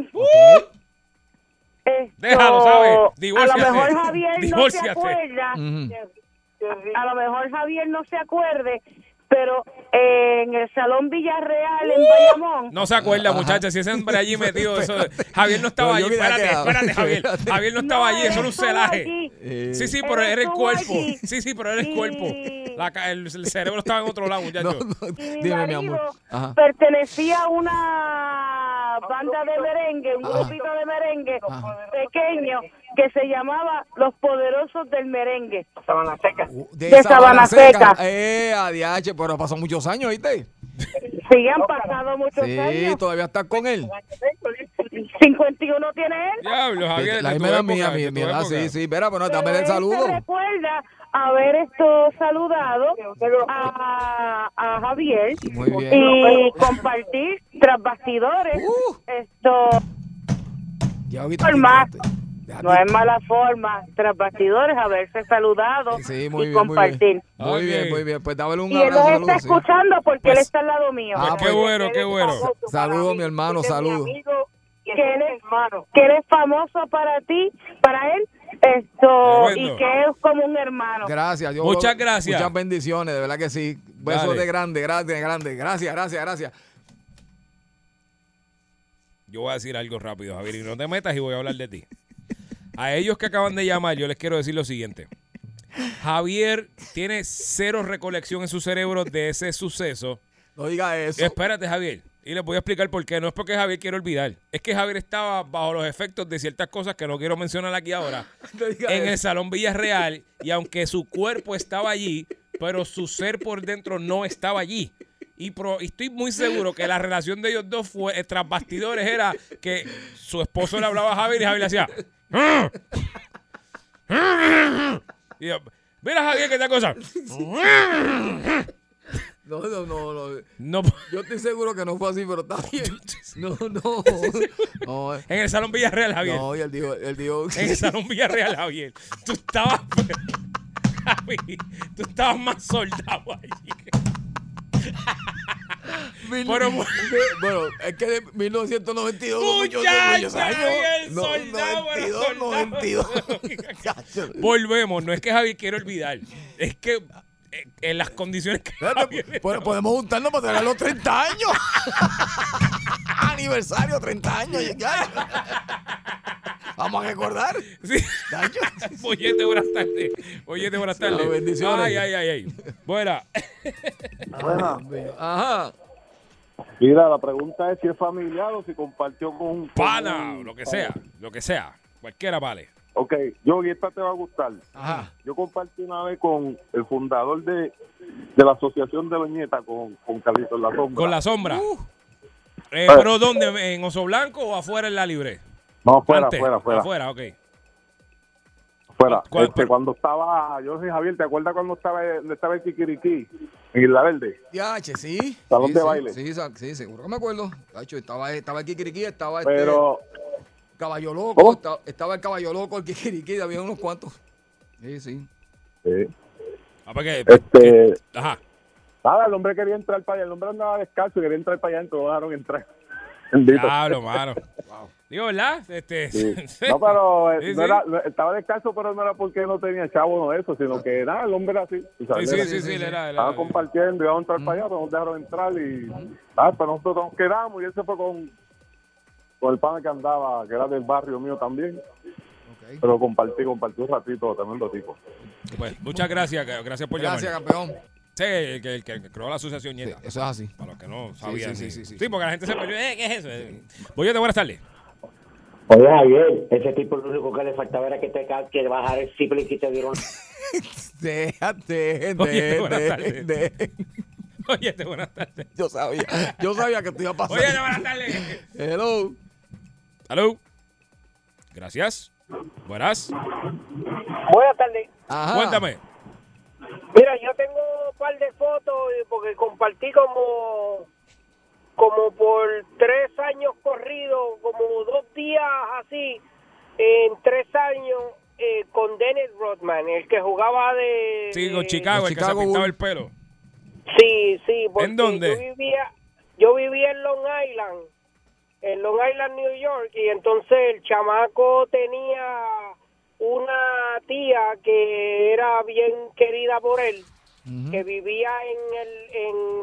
Speaker 20: Esto,
Speaker 10: Déjalo, ¿sabes?
Speaker 20: A
Speaker 10: Divórciate.
Speaker 20: lo mejor Javier no se
Speaker 10: Divórciate.
Speaker 20: acuerda.
Speaker 10: Ujú.
Speaker 20: a, a lo mejor Javier no se acuerde, pero eh, en el Salón Villarreal
Speaker 10: ¡Uh!
Speaker 20: en Bayamón.
Speaker 10: No se acuerda, muchacha, si ese
Speaker 3: [LAUGHS]
Speaker 10: hombre allí metido. Eso, Javier no estaba
Speaker 3: No, yo
Speaker 10: allí.
Speaker 3: que te ha
Speaker 10: Espérate,
Speaker 3: quedado.
Speaker 10: espérate, Javier. Javier no estaba allí, eso era un celaje.
Speaker 3: Eh.
Speaker 10: Sí, sí, pero era el cuerpo. Sí, sí, pero era el cuerpo. La ca- el, el cerebro estaba en otro lado, muchacho.
Speaker 3: Dime, mi amor. Ajá.
Speaker 20: Pertenecía a una banda de merengue, un grupito de merengue pequeño que se llamaba Los Poderosos del Merengue.
Speaker 19: Sabana Seca.
Speaker 3: Uh,
Speaker 20: De, Sabana Seca.
Speaker 3: Eh, ADH, pero pasó muchos años, ¿viste?
Speaker 20: Sí, han
Speaker 3: Eh,
Speaker 20: pasado muchos
Speaker 3: Sí,
Speaker 20: años.
Speaker 3: todavía estás con él.
Speaker 20: 51 tiene él.
Speaker 10: Diablo, Javier.
Speaker 3: la
Speaker 10: de tu
Speaker 3: misma edad
Speaker 10: época,
Speaker 3: mía,
Speaker 10: de
Speaker 3: mi,
Speaker 10: tu
Speaker 3: mi edad,
Speaker 10: época.
Speaker 3: sí, sí. Espera, bueno, dame el
Speaker 20: él
Speaker 3: saludo.
Speaker 20: se recuerda haber esto saludado a, a Javier
Speaker 3: Muy bien.
Speaker 20: y compartir tras bastidores
Speaker 3: Uh.
Speaker 20: esto forma no es mala forma tras bastidores haberse saludado
Speaker 3: Sí, muy
Speaker 20: y
Speaker 3: bien, muy
Speaker 20: compartir
Speaker 3: bien. Muy bien, muy bien. Pues dámele un
Speaker 20: y él
Speaker 3: abrazo.
Speaker 20: los
Speaker 3: saludo,
Speaker 20: está
Speaker 3: sí.
Speaker 20: escuchando porque él
Speaker 3: Pues-
Speaker 20: está al lado mío
Speaker 3: Ah,
Speaker 10: Qué
Speaker 3: pues,
Speaker 10: bueno, qué bueno.
Speaker 3: Saludos, mi hermano, saludos.
Speaker 20: que él es que él es famoso para ti para él esto
Speaker 3: Qué bueno.
Speaker 20: y que es como un hermano
Speaker 3: Gracias, Dios.
Speaker 10: Muchas gracias.
Speaker 3: Muchas bendiciones, de verdad que sí. Besos
Speaker 10: Dale.
Speaker 3: de grande, grande, grande. Gracias, gracias, gracias. [LAUGHS]
Speaker 10: Yo voy a decir algo rápido, Javier, y no te metas y voy a hablar de ti. A ellos que acaban de llamar, yo les quiero decir lo siguiente. Javier tiene cero recolección en su cerebro de ese suceso.
Speaker 3: No diga eso.
Speaker 10: Espérate, Javier. Y les voy a explicar por qué. No es porque Javier quiere olvidar. Es que Javier estaba bajo los efectos de ciertas cosas que no quiero mencionar aquí ahora.
Speaker 3: No diga
Speaker 10: en el
Speaker 3: eso. [LAUGHS]
Speaker 10: Salón Villarreal. Y aunque su cuerpo estaba allí, pero su ser por dentro no estaba allí. Y, pro- y estoy muy seguro que la relación de ellos dos fue, eh, tras bastidores era que su esposo le hablaba a Javier y Javier le hacía. "Ah". Y yo, Mira, Javier, que esta cosa.
Speaker 3: No, no, no, no.
Speaker 10: No.
Speaker 3: Yo estoy seguro que no fue así, pero está bien. No, no.
Speaker 10: [LAUGHS]
Speaker 3: No,
Speaker 10: En el Salón Villarreal, Javier.
Speaker 3: No, y él dijo, él dijo.
Speaker 10: En el Salón Villarreal, Javier. Tú estabas. [LAUGHS] Javi, tú estabas más soldado allí.
Speaker 3: [LAUGHS] Mil-
Speaker 10: Pero
Speaker 3: de-
Speaker 10: bueno.
Speaker 3: bueno, es que de 1992.
Speaker 10: Muchacho, Javier, soldado, era
Speaker 3: 92,
Speaker 10: soldado.
Speaker 3: 92.
Speaker 10: Volvemos, no es que Javier quiera olvidar. Es que eh, en las condiciones que. Javier
Speaker 3: Bueno,
Speaker 10: estaba-
Speaker 3: podemos juntarnos para celebrar los 30 años. [LAUGHS] Aniversario, 30 años. ya. Vamos a recordar.
Speaker 10: Sí. [LAUGHS] Bollete, buenas tardes. Bollete, buenas tardes.
Speaker 3: Saludos, bendiciones.
Speaker 10: Ay, ay, ay, ay. Buena.
Speaker 3: Ajá.
Speaker 11: Mira, la pregunta es si es familiar o si compartió con un
Speaker 10: [LAUGHS] Pana, lo que sea, lo que sea. Cualquiera vale.
Speaker 11: Ok, yo, y esta te va a gustar.
Speaker 10: Ah.
Speaker 3: Ajá.
Speaker 11: Yo compartí una vez con el fundador de, de la Asociación de Doñeta, con, con Carlitos La Sombra.
Speaker 10: Con la sombra. Eh,
Speaker 11: Ah.
Speaker 10: ¿Pero dónde? ¿En Oso Blanco o afuera en la libre?
Speaker 11: No, fuera,
Speaker 10: Antes. Ah,
Speaker 11: fuera, fuera.
Speaker 10: Afuera, ok.
Speaker 11: Fuera.
Speaker 10: ¿Cuál-
Speaker 11: Este, cuando estaba, yo soy Javier, ¿te acuerdas cuando estaba, donde estaba el Kikiriki? En Isla Verde.
Speaker 3: Ya, che, sí.
Speaker 11: Salón
Speaker 3: Sí,
Speaker 11: de
Speaker 3: sí,
Speaker 11: baile.
Speaker 3: Sí, sa- sí, seguro que me acuerdo. Cacho, estaba, estaba el Kikiriki, estaba este.
Speaker 11: Pero,
Speaker 3: Caballo
Speaker 11: ¿Cómo?
Speaker 3: Loco, esta- estaba, el Caballo Loco, el Kikiriki, había unos cuantos. Sí, sí.
Speaker 11: eh,
Speaker 10: Ah, ¿para qué?
Speaker 11: este,
Speaker 10: Ajá.
Speaker 11: nada, el hombre quería entrar para allá, el hombre andaba descalzo y quería entrar para allá, entonces lo dejaron entrar. Bendito.
Speaker 10: Diablo, mano. Digo, ¿verdad? Este, [LAUGHS]
Speaker 11: Sí. No, pero eh,
Speaker 10: Sí,
Speaker 11: no
Speaker 10: sí.
Speaker 11: era- no- estaba descalzo, pero no era porque no tenía chavo o eso, sino que nada, el hombre era así. tú sabes,
Speaker 10: Sí, sí,
Speaker 11: era
Speaker 10: sí,
Speaker 11: así.
Speaker 10: sí, él era- él
Speaker 11: Estaba
Speaker 10: era-
Speaker 11: compartiendo, iba a entrar para allá, pero nos dejaron entrar y ah, pero nosotros nos quedamos y él se fue con, con el pana que andaba, que era del barrio mío también. Pero compartí, compartí un ratito, tremendo tipo.
Speaker 10: Pues, muchas gracias, ca- gracias por llamar.
Speaker 3: Gracias, campeón.
Speaker 10: Sí, el que, el que creó la asociación Nieta.
Speaker 3: Eso es así.
Speaker 10: Para los que no sabían.
Speaker 3: sí,
Speaker 10: ni-
Speaker 3: sí, sí, sí.
Speaker 10: porque la gente se perdió. Eh, ¿Qué es eso? Eh, Voy a buenas tardes.
Speaker 18: Oye, Javier, ese tipo lo único que le faltaba era que te ca- que bajar el simple y que te dieron.
Speaker 3: Déjate,
Speaker 10: Oye, buenas
Speaker 3: de,
Speaker 10: tardes.
Speaker 3: de,
Speaker 10: [LAUGHS] Oye, este, buenas tardes.
Speaker 3: Yo sabía, yo sabía que te iba a pasar.
Speaker 10: Oye, buenas tardes.
Speaker 3: Hello.
Speaker 10: Hello. Gracias. Buenas.
Speaker 19: Buenas tardes. Eh,
Speaker 10: Cuéntame.
Speaker 19: Mira, yo tengo un par de fotos eh, porque compartí como como por tres años corridos, como dos días así, en tres años, eh, con Dennis Rodman, el que jugaba de...
Speaker 10: Sí, con Chicago,
Speaker 19: de-
Speaker 10: el que se pintaba el pelo.
Speaker 19: Sí, sí, porque
Speaker 10: ¿En dónde?
Speaker 19: Yo vivía, yo vivía en Long Island, en Long Island, New York, y entonces el chamaco tenía una tía que era bien querida por él, que vivía en, el,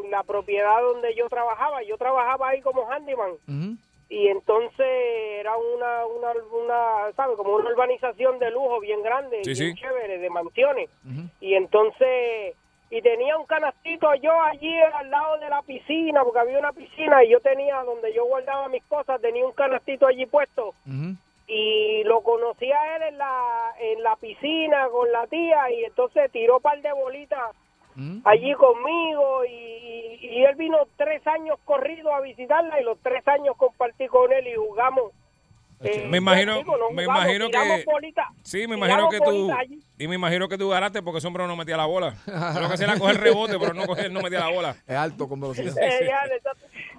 Speaker 19: en la propiedad donde yo trabajaba. Yo trabajaba ahí como handyman y entonces era una, una, una ¿sabe? Como una urbanización de lujo bien grande,
Speaker 10: Sí,
Speaker 19: bien
Speaker 10: sí.
Speaker 19: chévere, de mansiones. Y entonces, y tenía un canastito yo allí al lado de la piscina, porque había una piscina y yo tenía donde yo guardaba mis cosas, tenía un canastito allí puesto. Y lo conocí a él en la, en la piscina con la tía y entonces tiró par de bolitas allí conmigo y, y él vino tres años corrido a visitarla y los tres años compartí con él y jugamos. eh,
Speaker 10: Me imagino-
Speaker 19: digo, no
Speaker 10: me
Speaker 19: jugamos,
Speaker 10: imagino que-
Speaker 19: tiramos bolita,
Speaker 10: Sí, me imagino que tú.
Speaker 19: bolita allí.
Speaker 10: Y me imagino que tú ganaste porque ese hombre no metía la bola. Lo que hacía era coger rebote, pero no coger, no metía la bola.
Speaker 3: Es alto con velocidad.
Speaker 19: Eh, diablo, eso,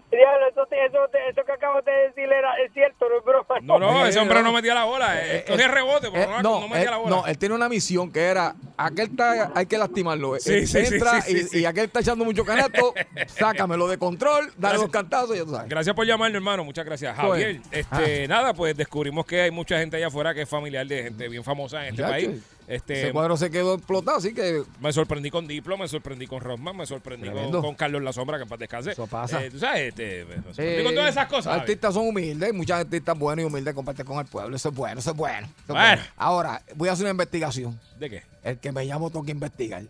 Speaker 19: diablo, eso, te- eso te- eso que acabas de decir era, es cierto, no es broma.
Speaker 10: No, no, ese hombre no metía la bola. eh, Cogía rebote,
Speaker 3: Eh,
Speaker 10: pero no,
Speaker 3: no,
Speaker 10: no metía
Speaker 3: él,
Speaker 10: la bola.
Speaker 3: no, él tiene una misión que era, aquel está, hay que lastimarlo.
Speaker 10: Sí,
Speaker 3: Él
Speaker 10: sí, sí,
Speaker 3: entra
Speaker 10: sí, sí,
Speaker 3: y,
Speaker 10: sí.
Speaker 3: y aquel está echando mucho
Speaker 10: [LAUGHS]
Speaker 3: canasto, sácamelo de control, dale los cantazos y ya tú sabes.
Speaker 10: Gracias por llamarnos, hermano. Muchas gracias,
Speaker 3: Bueno.
Speaker 10: Javier.
Speaker 3: Ah.
Speaker 10: Este, nada, pues descubrimos que hay mucha gente allá afuera que es familiar de gente bien famosa en este
Speaker 3: Ya, che.
Speaker 10: país.
Speaker 3: Ese
Speaker 10: Este,
Speaker 3: cuadro se quedó explotado, así que
Speaker 10: me sorprendí con Diplo, me sorprendí con Rothman, me sorprendí con,
Speaker 3: Tremendo.
Speaker 10: con Carlos La Sombra, que en paz descanse.
Speaker 3: Eso pasa.
Speaker 10: Eh, tú sabes, este, me sorprendí
Speaker 3: Eh,
Speaker 10: con todas esas cosas.
Speaker 3: Los
Speaker 10: Javier.
Speaker 3: artistas son humildes, muchas artistas buenas y humildes comparten con el pueblo. Eso es bueno, eso es bueno. eso es
Speaker 10: Bueno.
Speaker 3: bueno. Ahora, voy a hacer una investigación.
Speaker 10: ¿De qué?
Speaker 3: El que me llamo toca investigar.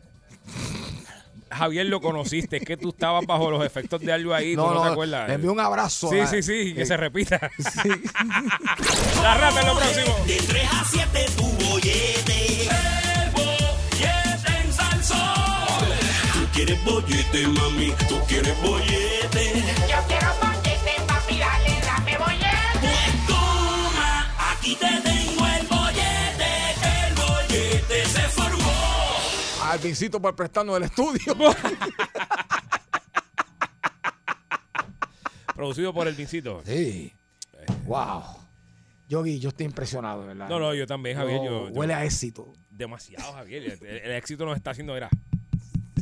Speaker 10: Javier, lo conociste, es que tú estabas bajo los efectos de algo ahí,
Speaker 3: No,
Speaker 10: tú no,
Speaker 3: no,
Speaker 10: te acuerdas.
Speaker 3: le envío un abrazo
Speaker 10: Sí,
Speaker 3: a-
Speaker 10: sí, sí, que
Speaker 3: eh.
Speaker 10: se repita. La rata es lo próximo.
Speaker 1: De 3 a 7 tu bollete. El bollete en salsón. Tú quieres bollete, mami. Tú quieres bollete.
Speaker 21: Yo quiero bollete, papi, dale, dame bollete.
Speaker 1: Pues toma, aquí te tengo el bollete. El bollete se formó.
Speaker 3: Al visito por prestarnos el estudio.
Speaker 10: [LAUGHS] [LAUGHS] Producido por el Vincito.
Speaker 3: Sí. wow. Yogi, yo estoy impresionado, de ¿verdad?
Speaker 10: No, no, yo también, Javier.
Speaker 3: No,
Speaker 10: yo- yo-
Speaker 3: huele a éxito.
Speaker 10: Demasiado, Javier. El, el- el éxito nos está haciendo, era.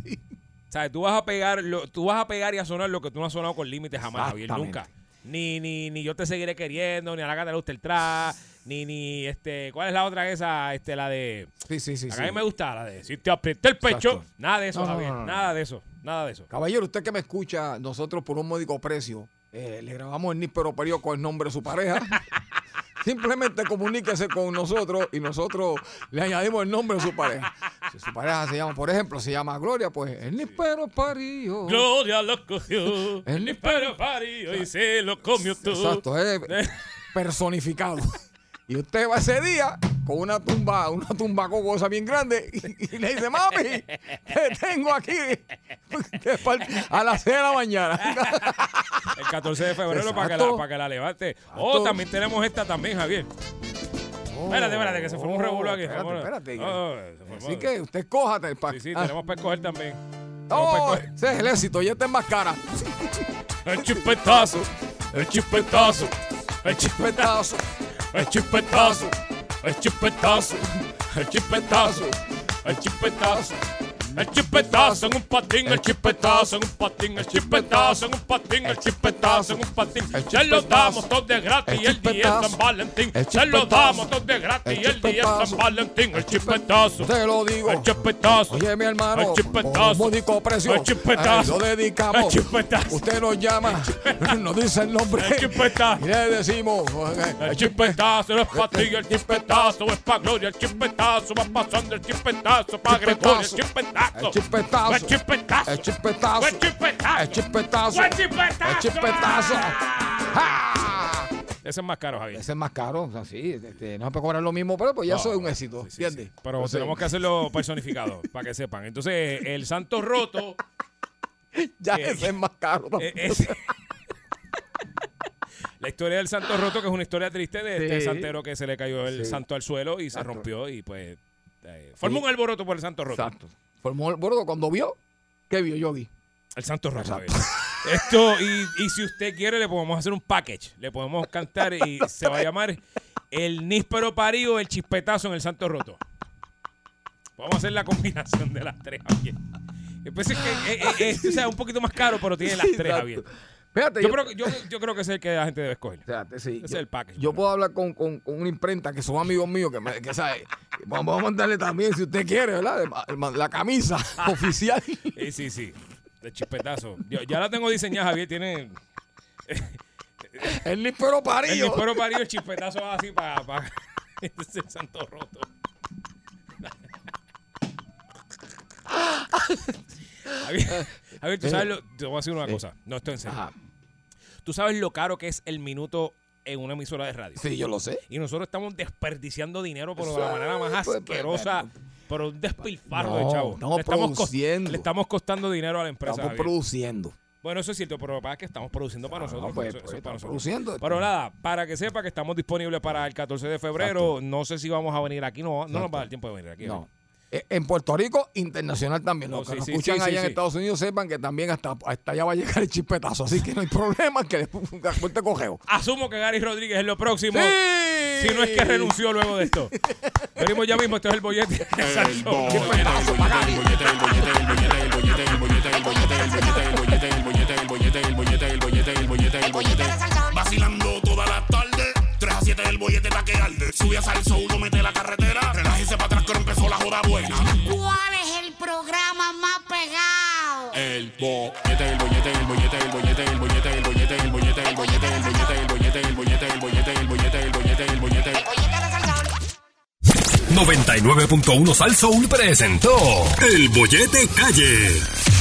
Speaker 10: O sea, tú vas a pegar, lo- tú vas a pegar y a sonar lo que tú no has sonado con límites jamás, Javier,
Speaker 3: Exactamente.
Speaker 10: nunca. Ni, ni, ni yo te seguiré queriendo, ni a la gata le gusta el tra, ni, ni, este, ¿cuál es la otra esa? Este, la de.
Speaker 3: Sí, sí, sí.
Speaker 10: la
Speaker 3: sí.
Speaker 10: que a mí me gusta, la de. Si te apreté el pecho,
Speaker 3: Exacto.
Speaker 10: nada de eso,
Speaker 3: No, no,
Speaker 10: Javier,
Speaker 3: no, no, no.
Speaker 10: nada de eso, nada de eso.
Speaker 3: Caballero, usted que me escucha, nosotros por un módico precio eh, le grabamos el níspero periódico con el nombre de su
Speaker 10: [LAUGHS]
Speaker 3: pareja. Simplemente comuníquese con nosotros y nosotros le añadimos el nombre de su pareja. Si su pareja se llama, por ejemplo, se llama Gloria, pues el níspero parío.
Speaker 10: Gloria lo cogió,
Speaker 3: El
Speaker 10: el disparo parió y se lo comió tú.
Speaker 3: Exacto, es
Speaker 10: [LAUGHS]
Speaker 3: personificado. Y usted va ese día con una tumba, una tumba cocosa bien grande y, y le dice, mami, te tengo aquí de par- a las 6 de la mañana.
Speaker 10: El 14 de febrero para que, la,
Speaker 3: Exacto.
Speaker 10: para que la levante. Oh, también tenemos esta también, Javier.
Speaker 3: Oh.
Speaker 10: espérate, espérate, que se formó un revuelo aquí.
Speaker 3: Espérate,
Speaker 10: Vamos a-
Speaker 3: espérate. que-
Speaker 10: Oh, se formó.
Speaker 3: Así que usted cójate el pack.
Speaker 10: Sí, sí, tenemos para escoger también.
Speaker 3: No, ese es el éxito, ya está en más cara.
Speaker 10: El chupetazo, el chupetazo, el
Speaker 3: chupetazo,
Speaker 10: el chupetazo, el chupetazo, el chupetazo, el chupetazo. El chipetazo en un patín, el chipetazo en un patín, el chipetazo en un patín, el chipetazo en un patín. Ya lo damos todo de gratis el día de San Valentín. Ya lo damos todo de gratis el día de San Valentín. El chipetazo.
Speaker 3: Te lo digo.
Speaker 10: El chipetazo.
Speaker 3: Oye, mi hermano,
Speaker 10: El chipetazo.
Speaker 3: con un módico precio.
Speaker 10: El chipetazo.
Speaker 3: eh, lo dedicamos.
Speaker 10: El chipetazo.
Speaker 3: Usted nos llama, [LAUGHS] nos dice el nombre.
Speaker 10: El chipetazo.
Speaker 3: Y le decimos. eh,
Speaker 10: El chipetazo no es para ti, el chipetazo es para Gloria, el chipetazo va pasando, el chipetazo para Gregorio, el chipetazo.
Speaker 3: El chipetazo.
Speaker 10: El chipetazo.
Speaker 3: El chipetazo.
Speaker 10: El chipetazo.
Speaker 3: El chipetazo.
Speaker 10: El chipetazo.
Speaker 3: El chipetazo. ¡Ja!
Speaker 10: Ese es más caro, Javier.
Speaker 3: Ese es más caro, o sea, sí, este, no se puede cobrar lo mismo, pero pues ya
Speaker 10: No,
Speaker 3: eso es un éxito, ¿entiendes?
Speaker 10: Pero
Speaker 3: Entonces,
Speaker 10: tenemos que hacerlo personificado, [LAUGHS] para que sepan. Entonces, el santo roto.
Speaker 3: [LAUGHS] Ya
Speaker 10: Eh,
Speaker 3: ese es más
Speaker 10: [LAUGHS]
Speaker 3: caro.
Speaker 10: eh, es- la historia del santo roto, que es una historia triste de este
Speaker 3: Sí.
Speaker 10: santero que se le cayó el
Speaker 3: Sí.
Speaker 10: santo al suelo y se rompió y pues eh, formó un alboroto por el santo roto.
Speaker 3: Exacto. Formó el bordo cuando vio, ¿qué vio Yogi? [LAUGHS]
Speaker 10: El santo roto. Javier. Esto, y, y si usted quiere, le podemos hacer un package. Le podemos cantar y se va a llamar El Níspero Parío, el Chispetazo en el Santo Roto. Vamos a hacer la combinación de las tres, Javier. Yo pensé que eh, eh, es o sea, un poquito más caro, pero tiene las tres, Javier.
Speaker 3: Fíjate,
Speaker 10: yo,
Speaker 3: yo-
Speaker 10: creo, que- yo, yo creo que ese es el que la gente debe escoger.
Speaker 3: sí,
Speaker 10: ese es
Speaker 3: yo-
Speaker 10: el package.
Speaker 3: Yo puedo hablar con, con- con una imprenta que son amigos míos, que, me, que sabe, [LAUGHS] vamos a mandarle también, si usted quiere, ¿verdad? El- el- La
Speaker 10: [LAUGHS]
Speaker 3: camisa oficial.
Speaker 10: Sí, sí, sí. De chispetazo. Yo- ya la tengo diseñada, Javier. Tiene.
Speaker 3: [LAUGHS] El nispero parido.
Speaker 10: El nispero parido, el chispetazo así para. para... Este es el santo roto. Javier, Javier, tú sabes lo- Te voy a decir una cosa. No, esto en serio. Tú sabes lo caro que es el minuto en una emisora de radio.
Speaker 3: Sí, yo lo sé.
Speaker 10: Y nosotros estamos desperdiciando dinero por
Speaker 3: Eso
Speaker 10: la manera más
Speaker 3: es, pues,
Speaker 10: asquerosa. Por un despilfarro de
Speaker 3: No,
Speaker 10: chavo.
Speaker 3: estamos
Speaker 10: Le estamos cos-
Speaker 3: produciendo.
Speaker 10: Le estamos costando dinero a la empresa.
Speaker 3: Estamos
Speaker 10: Javier.
Speaker 3: produciendo.
Speaker 10: Bueno, eso es cierto, pero para que estamos produciendo para nosotros.
Speaker 3: pues,
Speaker 10: eso- eso
Speaker 3: pues,
Speaker 10: es
Speaker 3: estamos
Speaker 10: para nosotros.
Speaker 3: produciendo.
Speaker 10: Pero nada, para que sepa que estamos disponibles para el 14 de febrero. No sé si vamos a venir aquí, no, no nos va a dar tiempo de venir aquí.
Speaker 3: No. Eh, En Puerto Rico, internacional también. Los que
Speaker 10: No, Oh, sí,
Speaker 3: nos
Speaker 10: sí,
Speaker 3: escuchan
Speaker 10: sí, sí,
Speaker 3: allá en
Speaker 10: sí.
Speaker 3: Estados Unidos sepan que también hasta, hasta allá va a llegar el chispetazo. Así que no hay problema, que después [LAUGHS] te cogeo.
Speaker 10: Asumo que Gary Rodríguez es lo próximo. Si no es que renunció luego
Speaker 3: [LAUGHS]
Speaker 10: de esto. Venimos ya mismo, esto es el bollete. [LAUGHS] El
Speaker 16: Vacilando toda la tarde, 3 a 7 del bollete pa' que arde. Sube a salsa, uno mete la carretera, relájese para atrás que ahora empezó la joda buena.
Speaker 17: ¿Cuál es el programa más pegado?
Speaker 16: El bollete, el bollete, el bollete, el bollete, el bollete, el bollete, el bollete, el bollete, el bollete, el bollete, el bollete, el bollete, el bollete, el bollete, el bollete.
Speaker 22: 99.1 Sal Soul presentó El Bollete Calle.